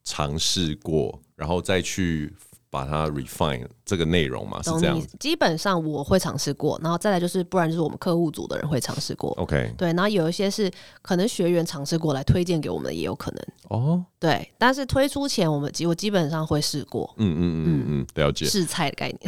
Speaker 2: 尝试过，然后再去把它 refine 这个内容嘛？是
Speaker 1: 懂
Speaker 2: 这样
Speaker 1: 你
Speaker 2: 子。
Speaker 1: 基本上我会尝试过，然后再来就是，不然就是我们客户组的人会尝试过。
Speaker 2: OK，
Speaker 1: 对，然后有一些是可能学员尝试过来推荐给我们的，也有可能。
Speaker 2: 哦，
Speaker 1: 对，但是推出前我们基我基本上会试过
Speaker 2: 嗯嗯嗯嗯，了解。
Speaker 1: 试菜的概念。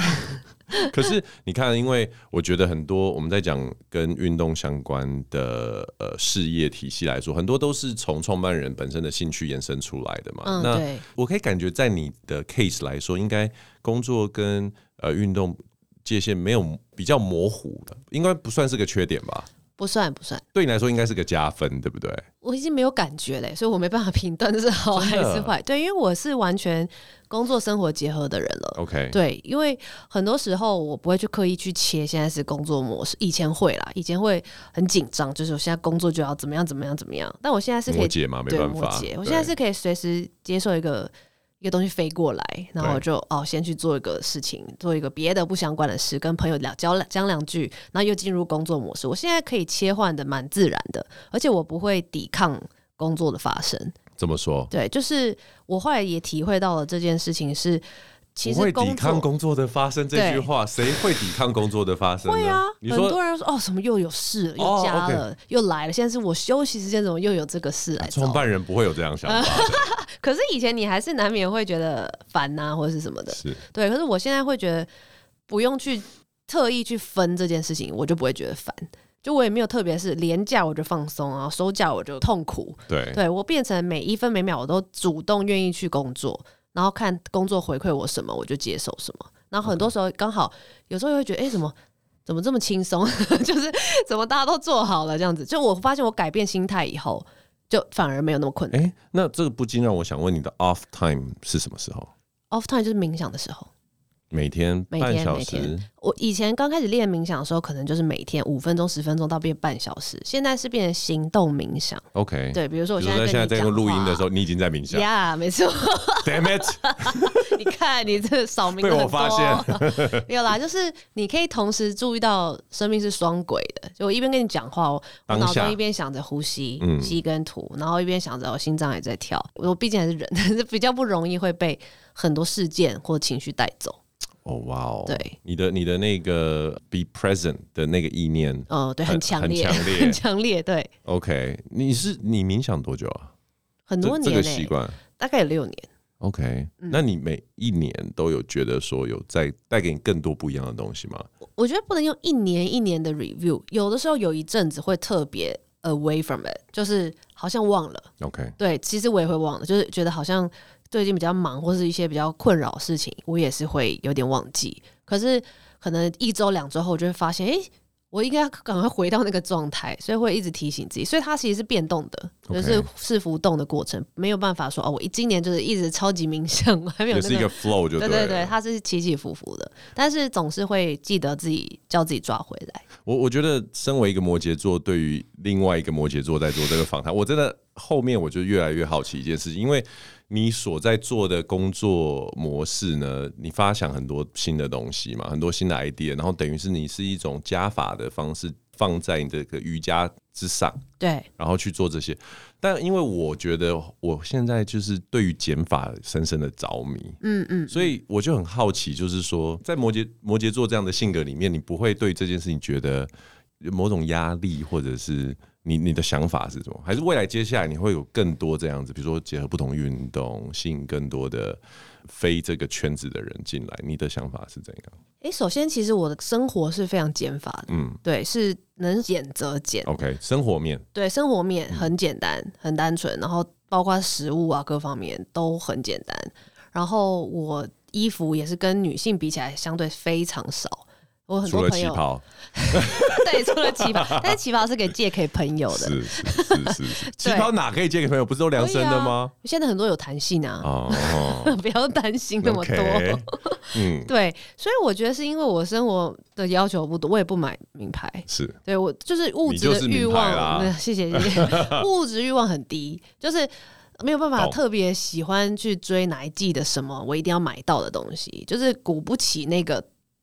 Speaker 2: 可是你看，因为我觉得很多我们在讲跟运动相关的呃事业体系来说，很多都是从创办人本身的兴趣延伸出来的嘛。
Speaker 1: 嗯
Speaker 2: 那
Speaker 1: 对
Speaker 2: 我可以感觉，在你的 case 来说，应该工作跟呃运动界限没有比较模糊的，应该不算是个缺点吧？
Speaker 1: 不算不算，
Speaker 2: 对你来说，应该是个加分，对不对？
Speaker 1: 我已经没有感觉嘞，所以我没办法 [LAUGHS] 评断这是好还
Speaker 2: 真
Speaker 1: 是
Speaker 2: 的
Speaker 1: 坏。对，因为我是完全工作生活结合的人了。
Speaker 2: OK，
Speaker 1: 对，因为很多时候我不会去刻意去切现在是工作模式，以前会啦，以前会很紧张，就是我现在工作就要怎么样怎么样怎么样，但我现在是可
Speaker 2: 摩
Speaker 1: 以
Speaker 2: 羯嘛，没
Speaker 1: 对
Speaker 2: 办
Speaker 1: 摩
Speaker 2: 法。
Speaker 1: 羯，我
Speaker 2: 对
Speaker 1: 现在是可以随时接受一个一个东西飞过来，然后
Speaker 2: 对
Speaker 1: 我就哦先去做一个事情，做一个别的不相关的事，跟朋友聊交讲两句，然后又进入工作模式。我现在可以切换的蛮自然的，而且我不会抵抗工作的发生。
Speaker 2: 怎么说？
Speaker 1: 对，就是我后来也体会到了这件事情是，其
Speaker 2: 不
Speaker 1: 实
Speaker 2: 会
Speaker 1: 工
Speaker 2: 抵
Speaker 1: 作
Speaker 2: 抗工作的发生这句话，谁会抵抗工作的发生呢？
Speaker 1: 对啊，
Speaker 2: 你
Speaker 1: 很
Speaker 2: 说
Speaker 1: 多人说哦，什么又有事了，
Speaker 2: 哦
Speaker 1: 又加
Speaker 2: OK
Speaker 1: 了，又来了。现在是我休息时间，怎么又有这个事来找我？
Speaker 2: 创办人不会有这样想法的，
Speaker 1: [LAUGHS] 可是以前你还是难免会觉得烦呐、或者是什么的。
Speaker 2: 是
Speaker 1: 对，可是我现在会觉得不用去特意去分这件事情，我就不会觉得烦。就我也没有特别是连假我就放松啊，收假我就痛苦。
Speaker 2: 对
Speaker 1: 对我变成每一分每秒我都主动愿意去工作，然后看工作回馈我什么，我就接受什么。然后很多时候刚好有时候也会觉得，哎、怎么怎么这么轻松？ [LAUGHS] 就是怎么大家都做好了这样子。就我发现我改变心态以后，就反而没有那么困难。
Speaker 2: 哎、那这个不禁让我想问你的 off time 是什么时候？
Speaker 1: off time 就是冥想的时候。
Speaker 2: 每天
Speaker 1: 每
Speaker 2: 半
Speaker 1: 天
Speaker 2: 小
Speaker 1: 每
Speaker 2: 时
Speaker 1: 天，我以前刚开始练冥想的时候，可能就是每天五分钟、十分钟到变半小时，现在是变成行动冥想。
Speaker 2: ，OK。
Speaker 1: 对，比如说
Speaker 2: 比
Speaker 1: 我
Speaker 2: 如
Speaker 1: 现在跟
Speaker 2: 说在现在在
Speaker 1: 你讲
Speaker 2: 录音的时
Speaker 1: 候
Speaker 2: 候，你已经在冥想。
Speaker 1: ，Yeah，没错，
Speaker 2: [LAUGHS]
Speaker 1: [LAUGHS]
Speaker 2: Damn it！
Speaker 1: 你看你这
Speaker 2: [LAUGHS]
Speaker 1: 扫描
Speaker 2: 被我
Speaker 1: 很
Speaker 2: 发
Speaker 1: 多
Speaker 2: [LAUGHS]
Speaker 1: 哦没有啦，就是你可以同时注意到生命是双轨的，就我一边跟你讲话，我我
Speaker 2: 当
Speaker 1: 脑
Speaker 2: 下
Speaker 1: 中一边想着呼吸、
Speaker 2: 嗯
Speaker 1: 吸跟吐，然后一边想着我心脏也在跳。我毕竟还是人， [LAUGHS] 比较不容易会被很多事件或情绪带走。
Speaker 2: 哦哇哦，
Speaker 1: 对，
Speaker 2: 你的你的那个 be present 的那个意念
Speaker 1: 嗯、对，
Speaker 2: 很
Speaker 1: 很强
Speaker 2: 很
Speaker 1: 烈，
Speaker 2: 强烈
Speaker 1: 很强烈，对。
Speaker 2: ，OK，你是你冥想多久啊？
Speaker 1: 很
Speaker 2: 这
Speaker 1: 多年、
Speaker 2: 这
Speaker 1: 欸嗯
Speaker 2: 个习惯
Speaker 1: 大概有六年。
Speaker 2: ，OK，那你每一年都有觉得说有在带给你更多不一样的东西吗？
Speaker 1: 我觉得不能用一年一年的 review，有的时候有一阵子会特别 away from it，就是好像忘了。
Speaker 2: OK，
Speaker 1: 对，其实我也会忘了，就是觉得好像最近比较忙或是一些比较困扰的事情，我也是会有点忘记。可是可能一周两周后，我就会发现，诶，我应该赶快回到那个状态，所以会一直提醒自己。所以它其实是变动的，就
Speaker 2: OK
Speaker 1: 是是浮动的过程，没有办法说哦，我一今年就是一直超级冥想，我还没有
Speaker 2: 也
Speaker 1: 那
Speaker 2: 是一个 flow 就
Speaker 1: 对
Speaker 2: 对
Speaker 1: 对对，
Speaker 2: 了
Speaker 1: 它是起起伏伏的，但是总是会记得自己叫自己抓回来。
Speaker 2: 我我觉得，身为一个摩羯座，对于另外一个摩羯座在做这个访谈，我真的后面我就越来越好奇一件事情，因为你所在做的工作模式呢，你发想很多新的东西嘛，很多新的 idea，然后等于是你是一种加法的方式放在你这个瑜伽之上，
Speaker 1: 对，
Speaker 2: 然后去做这些。但因为我觉得我现在就是对于减法深深的着迷，
Speaker 1: 嗯嗯，
Speaker 2: 所以我就很好奇，就是说，在摩羯摩羯座这样的性格里面，你不会对这件事情觉得有某种压力，或者是你你的想法是什么？还是未来接下来你会有更多这样子，比如说结合不同运动，吸引更多的非这个圈子的人进来？你的想法是怎样？
Speaker 1: 诶，首先其实我的生活是非常减法的，
Speaker 2: 嗯哦
Speaker 1: 对，是能减则减，
Speaker 2: ，OK，生活面
Speaker 1: 对，生活
Speaker 2: 嗯
Speaker 1: 面很简单，很单纯，然后包括食物啊各方面都很简单。然后我衣服也是跟女性比起来相对非常少。我很
Speaker 2: 除
Speaker 1: 多
Speaker 2: 了
Speaker 1: 朋
Speaker 2: 旗
Speaker 1: 友，
Speaker 2: 袍，
Speaker 1: 对，除了旗
Speaker 2: [LAUGHS]
Speaker 1: 袍，但是旗袍是给借给朋友的，
Speaker 2: 是是是
Speaker 1: [LAUGHS]
Speaker 2: 是是，旗袍哪可以借给朋友？不是都量身的吗？
Speaker 1: 现在很多有弹性啊，[LAUGHS]
Speaker 2: 哦
Speaker 1: 不要担心那么多。
Speaker 2: ，OK，嗯，
Speaker 1: 对，所以我觉得是因为我生活的要求不多，我也不买名牌。
Speaker 2: 是
Speaker 1: 对我就是物
Speaker 2: 你
Speaker 1: 质
Speaker 2: 就
Speaker 1: 的
Speaker 2: 是
Speaker 1: 欲
Speaker 2: 名
Speaker 1: 望
Speaker 2: 牌啦，
Speaker 1: 没有 [LAUGHS] 谢谢谢
Speaker 2: [LAUGHS]
Speaker 1: 谢，物质欲望很低，就是没有办法
Speaker 2: 懂
Speaker 1: 特别喜欢去追哪一季的什么，我一定要买到的东西，就是鼓不起那个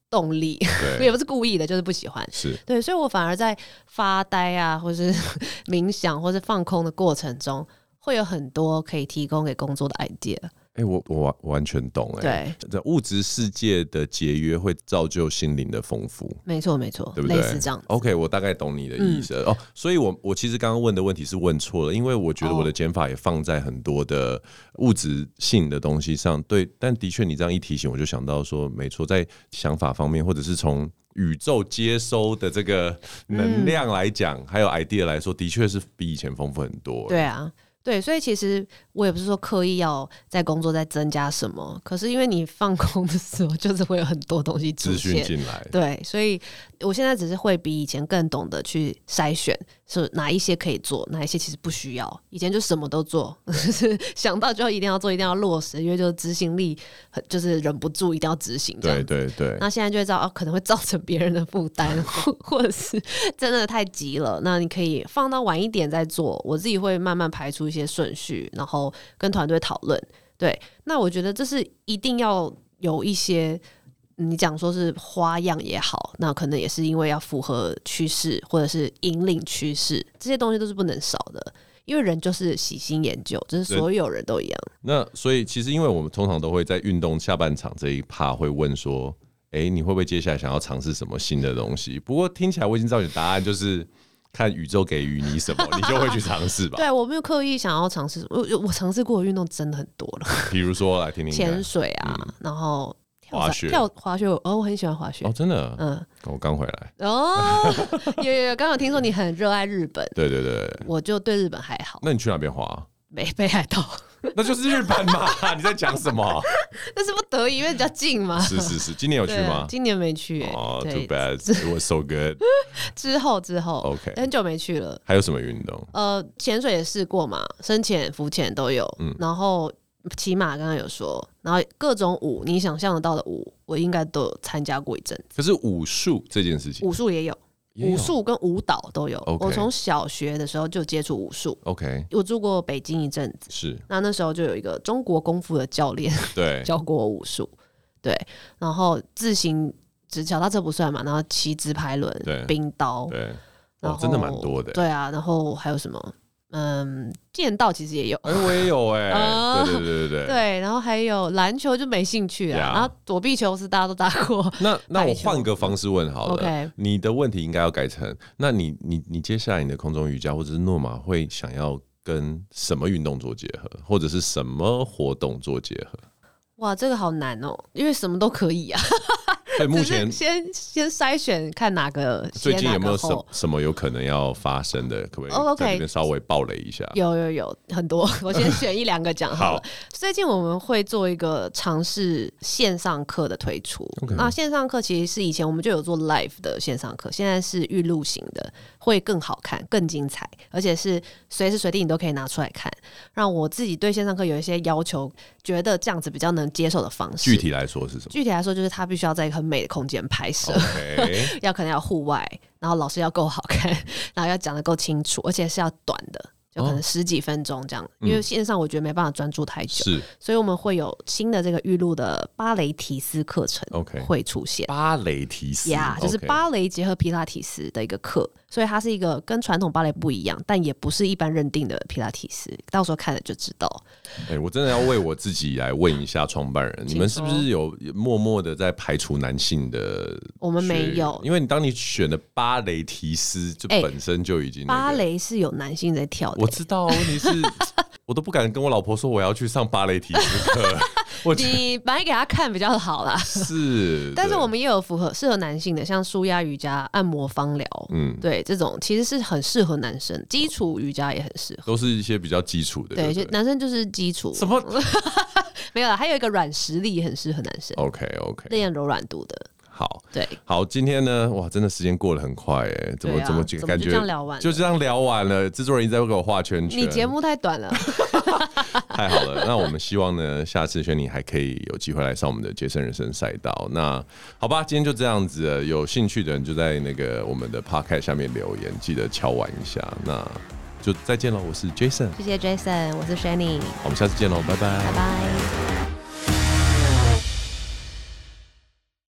Speaker 1: 动力，也 [LAUGHS]
Speaker 2: 对，
Speaker 1: 不是故意的，就是不喜欢。
Speaker 2: 是
Speaker 1: 对，所以我反而在发呆啊，或是 [LAUGHS] 冥想，或是放空的过程中，会有很多可以提供给工作的 idea。
Speaker 2: 哎、我我完完全懂哎、在物质世界的节约会造就心灵的丰富，
Speaker 1: 没错，没错，
Speaker 2: 对不对？
Speaker 1: 类似这样。嗯
Speaker 2: OK，我大概懂你的意思了、哦。所以我，我其实刚刚问的问题是问错了，因为我觉得我
Speaker 1: 哦
Speaker 2: 的减法也放在很多的物质性的东西上。对，但的确你这样一提醒，我就想到说，没错，在想法方面，或者是从宇宙接收的这个
Speaker 1: 嗯
Speaker 2: 能量来讲，还有 idea 来说，的确是比以前丰富很多。
Speaker 1: 对啊，对，所以其实我也不是说刻意要在工作再增加什么，可是因为你放空的时候，就是会有很多东西出
Speaker 2: 资讯
Speaker 1: 现。
Speaker 2: 进来，
Speaker 1: 对，所以我现在只是会比以前更懂得去筛选，是哪一些可以做，哪一些其实不需要。以前就什么都做， [LAUGHS] 就是想到就要一定要做，一定要落实，因为就是执行力很就是忍不住一定要执行这样
Speaker 2: 对对对，
Speaker 1: 那现在就会知道哦，可能会造成别人的负担， [LAUGHS] 或或者是真的太急了。那你可以放到晚一点再做。我自己会慢慢排出一些顺序，然后跟团队讨论。对，那我觉得这是一定要有一些。你讲说是花样也好，那可能也是因为要符合趋势或者是引领趋势，这些东西都是不能少的，因为人就是喜新厌旧，这是
Speaker 2: 对
Speaker 1: 所有人都一样。
Speaker 2: 那所以其实，因为我们通常都会在运动下半场这一趴会问说，哎、你会不会接下来想要尝试什么新的东西？不过听起来我已经知道你的答案，就是看宇宙给予你什么，你就会去尝试
Speaker 1: [LAUGHS]
Speaker 2: 吧。
Speaker 1: 对我没有刻意想要尝试，我我我尝试过的运动真的很多了。
Speaker 2: 比如说来听听看
Speaker 1: 潜。水啊，然后跳伞
Speaker 2: 嗯滑雪
Speaker 1: 跳滑雪，哦，我很喜欢滑雪
Speaker 2: 哦，。真的，
Speaker 1: 嗯，
Speaker 2: 我刚回来。
Speaker 1: 哦， [LAUGHS] 有有有，刚好听说你很热爱日本，
Speaker 2: 对对对，
Speaker 1: 我就对日本还好，
Speaker 2: 嗯那你去哪边滑？
Speaker 1: 北北海道， [LAUGHS]
Speaker 2: 那就是日本嘛！你在讲什么？
Speaker 1: 但是不得已，因为比较近
Speaker 2: [LAUGHS]
Speaker 1: 嘛。
Speaker 2: 是是是，今年有去
Speaker 1: 对啊
Speaker 2: 吗？
Speaker 1: 今年没去、欸，
Speaker 2: 哦，Too
Speaker 1: 对，
Speaker 2: bad, it was so good。
Speaker 1: 之后之后 [LAUGHS]
Speaker 2: OK
Speaker 1: 很久没去了。
Speaker 2: 还有什么运动？
Speaker 1: 呃，潜水也试过嘛，深潜、浮潜都有，
Speaker 2: 嗯
Speaker 1: 然后骑马刚刚有说，然后各种舞，你想象得到的舞，我应该都有参加过一阵子，
Speaker 2: 可是武术这件事情
Speaker 1: 武术也有。
Speaker 2: 也有
Speaker 1: 武术跟舞蹈都有。
Speaker 2: OK
Speaker 1: 我从小学的时候就接触武术，
Speaker 2: ，OK，
Speaker 1: 我住过北京一阵子，
Speaker 2: 是
Speaker 1: 那那时候就有一个中国功夫的教练 [LAUGHS]
Speaker 2: 对，
Speaker 1: 教过我武术，对，然后自行只脚踏车不算嘛，然后骑直排
Speaker 2: 对
Speaker 1: 轮、冰刀，
Speaker 2: 对，
Speaker 1: 然
Speaker 2: 哦
Speaker 1: 后，
Speaker 2: 真的蛮多的。
Speaker 1: 对啊，然后还有什么？嗯，剑道其实也有。
Speaker 2: 哎、我也有哎、
Speaker 1: 啊
Speaker 2: 对对对对对。
Speaker 1: 对，然后还有篮球就没兴趣啊
Speaker 2: Yeah
Speaker 1: 然后躲避球是大家都打过， [LAUGHS]
Speaker 2: 那那我
Speaker 1: 排球
Speaker 2: 换个方式问好了
Speaker 1: OK
Speaker 2: 你的问题应该要改成，那你你你接下来你的空中瑜伽或者是诺马会想要跟什么运动做结合，或者是什么活动做结合？
Speaker 1: 哇，这个好难哦，因为什么都可以啊。
Speaker 2: 所以哎目
Speaker 1: 只是
Speaker 2: 前
Speaker 1: 先先筛选看哪个
Speaker 2: 最
Speaker 1: 先
Speaker 2: 近有没有什
Speaker 1: 哪个后
Speaker 2: 什么有可能要发生的？可不可以
Speaker 1: 哦，OK
Speaker 2: 在这边稍微暴雷一下？
Speaker 1: 有有有很多， [LAUGHS] 我先选一两个讲好了。
Speaker 2: 好
Speaker 1: 最近我们会做一个尝试线上课的推出。
Speaker 2: OK
Speaker 1: 那线上课其实是以前我们就有做 live 的线上课，现在是预录型的，会更好看、更精彩，而且是随时随地你都可以拿出来看。让我自己对线上课有一些要求，觉得这样子比较能接受的方式。
Speaker 2: 具体来说是什么
Speaker 1: 具体来说，就是它必须要在一个很美的空间拍
Speaker 2: 哦
Speaker 1: 摄。 [LAUGHS]
Speaker 2: ？OK，
Speaker 1: 要可能要户外，然后老师要够好看，然后要讲的够清楚，而且是要短的，就
Speaker 2: 哦
Speaker 1: 可能十几分钟这样。因
Speaker 2: 嗯
Speaker 1: 为线上我觉得没办法专注太久，
Speaker 2: 是
Speaker 1: 所以我们会有新的这个预录的芭蕾提斯课程
Speaker 2: 哦 OK
Speaker 1: 会出现。
Speaker 2: 芭蕾提斯
Speaker 1: 呀就是
Speaker 2: OK
Speaker 1: 芭蕾结合皮拉提斯的一个课，所以它是一个跟传统芭蕾不一样，但也不是一般认定的皮拉提斯。到时候看了就知道。
Speaker 2: 哎、我真的要为我自己来问一下创办人，你们是不是有默默的在排除男性的？
Speaker 1: 我们没有
Speaker 2: 因为你当你选了芭蕾提斯，就
Speaker 1: 哎
Speaker 2: 本身就已经、那个
Speaker 1: 芭，蕾是有男性在跳的
Speaker 2: 我，知道，问题 [LAUGHS] 是我都不敢跟我老婆说我要去上芭蕾提斯课，我觉
Speaker 1: 你摆给他看比较好啦。
Speaker 2: 得 [LAUGHS]
Speaker 1: [LAUGHS]
Speaker 2: 是，
Speaker 1: 但是
Speaker 2: 对
Speaker 1: 我们也有符合适合男性的，像舒压瑜伽、按摩、芳疗，
Speaker 2: 嗯
Speaker 1: 嗯，对，这种其实是很适合男生，基础瑜伽也很适合。
Speaker 2: 都是一些比较基础的，
Speaker 1: 对，
Speaker 2: 对
Speaker 1: 就
Speaker 2: 不对， [LAUGHS]
Speaker 1: 男生就是基础，
Speaker 2: 什么
Speaker 1: 没有啦，还有一个软实力很适合男生，
Speaker 2: OK
Speaker 1: [LAUGHS]
Speaker 2: OK，
Speaker 1: 练柔软度的。
Speaker 2: 好。
Speaker 1: 对，
Speaker 2: 好，今天呢，哇，真的时间过得很快哎，怎么、
Speaker 1: 对啊
Speaker 2: 怎么
Speaker 1: 怎么
Speaker 2: 感
Speaker 1: 就
Speaker 2: 觉
Speaker 1: 这样聊完了
Speaker 2: 就这样聊完了。制作人一直在给我画圈圈，
Speaker 1: 你节目太 [LAUGHS] 短了，
Speaker 2: 太好了，那我们希望呢，下次轩你还可以有机会来上我们的杰森人生赛道。那好吧，今天就这样子了有兴趣的人就在那个我们的 podcast 下面留言，记得敲完一下。那就再见了，我是 Jason，
Speaker 1: 谢谢 Jason，我是 Shanny，
Speaker 2: 好我们下次见喽，拜拜
Speaker 1: 拜拜。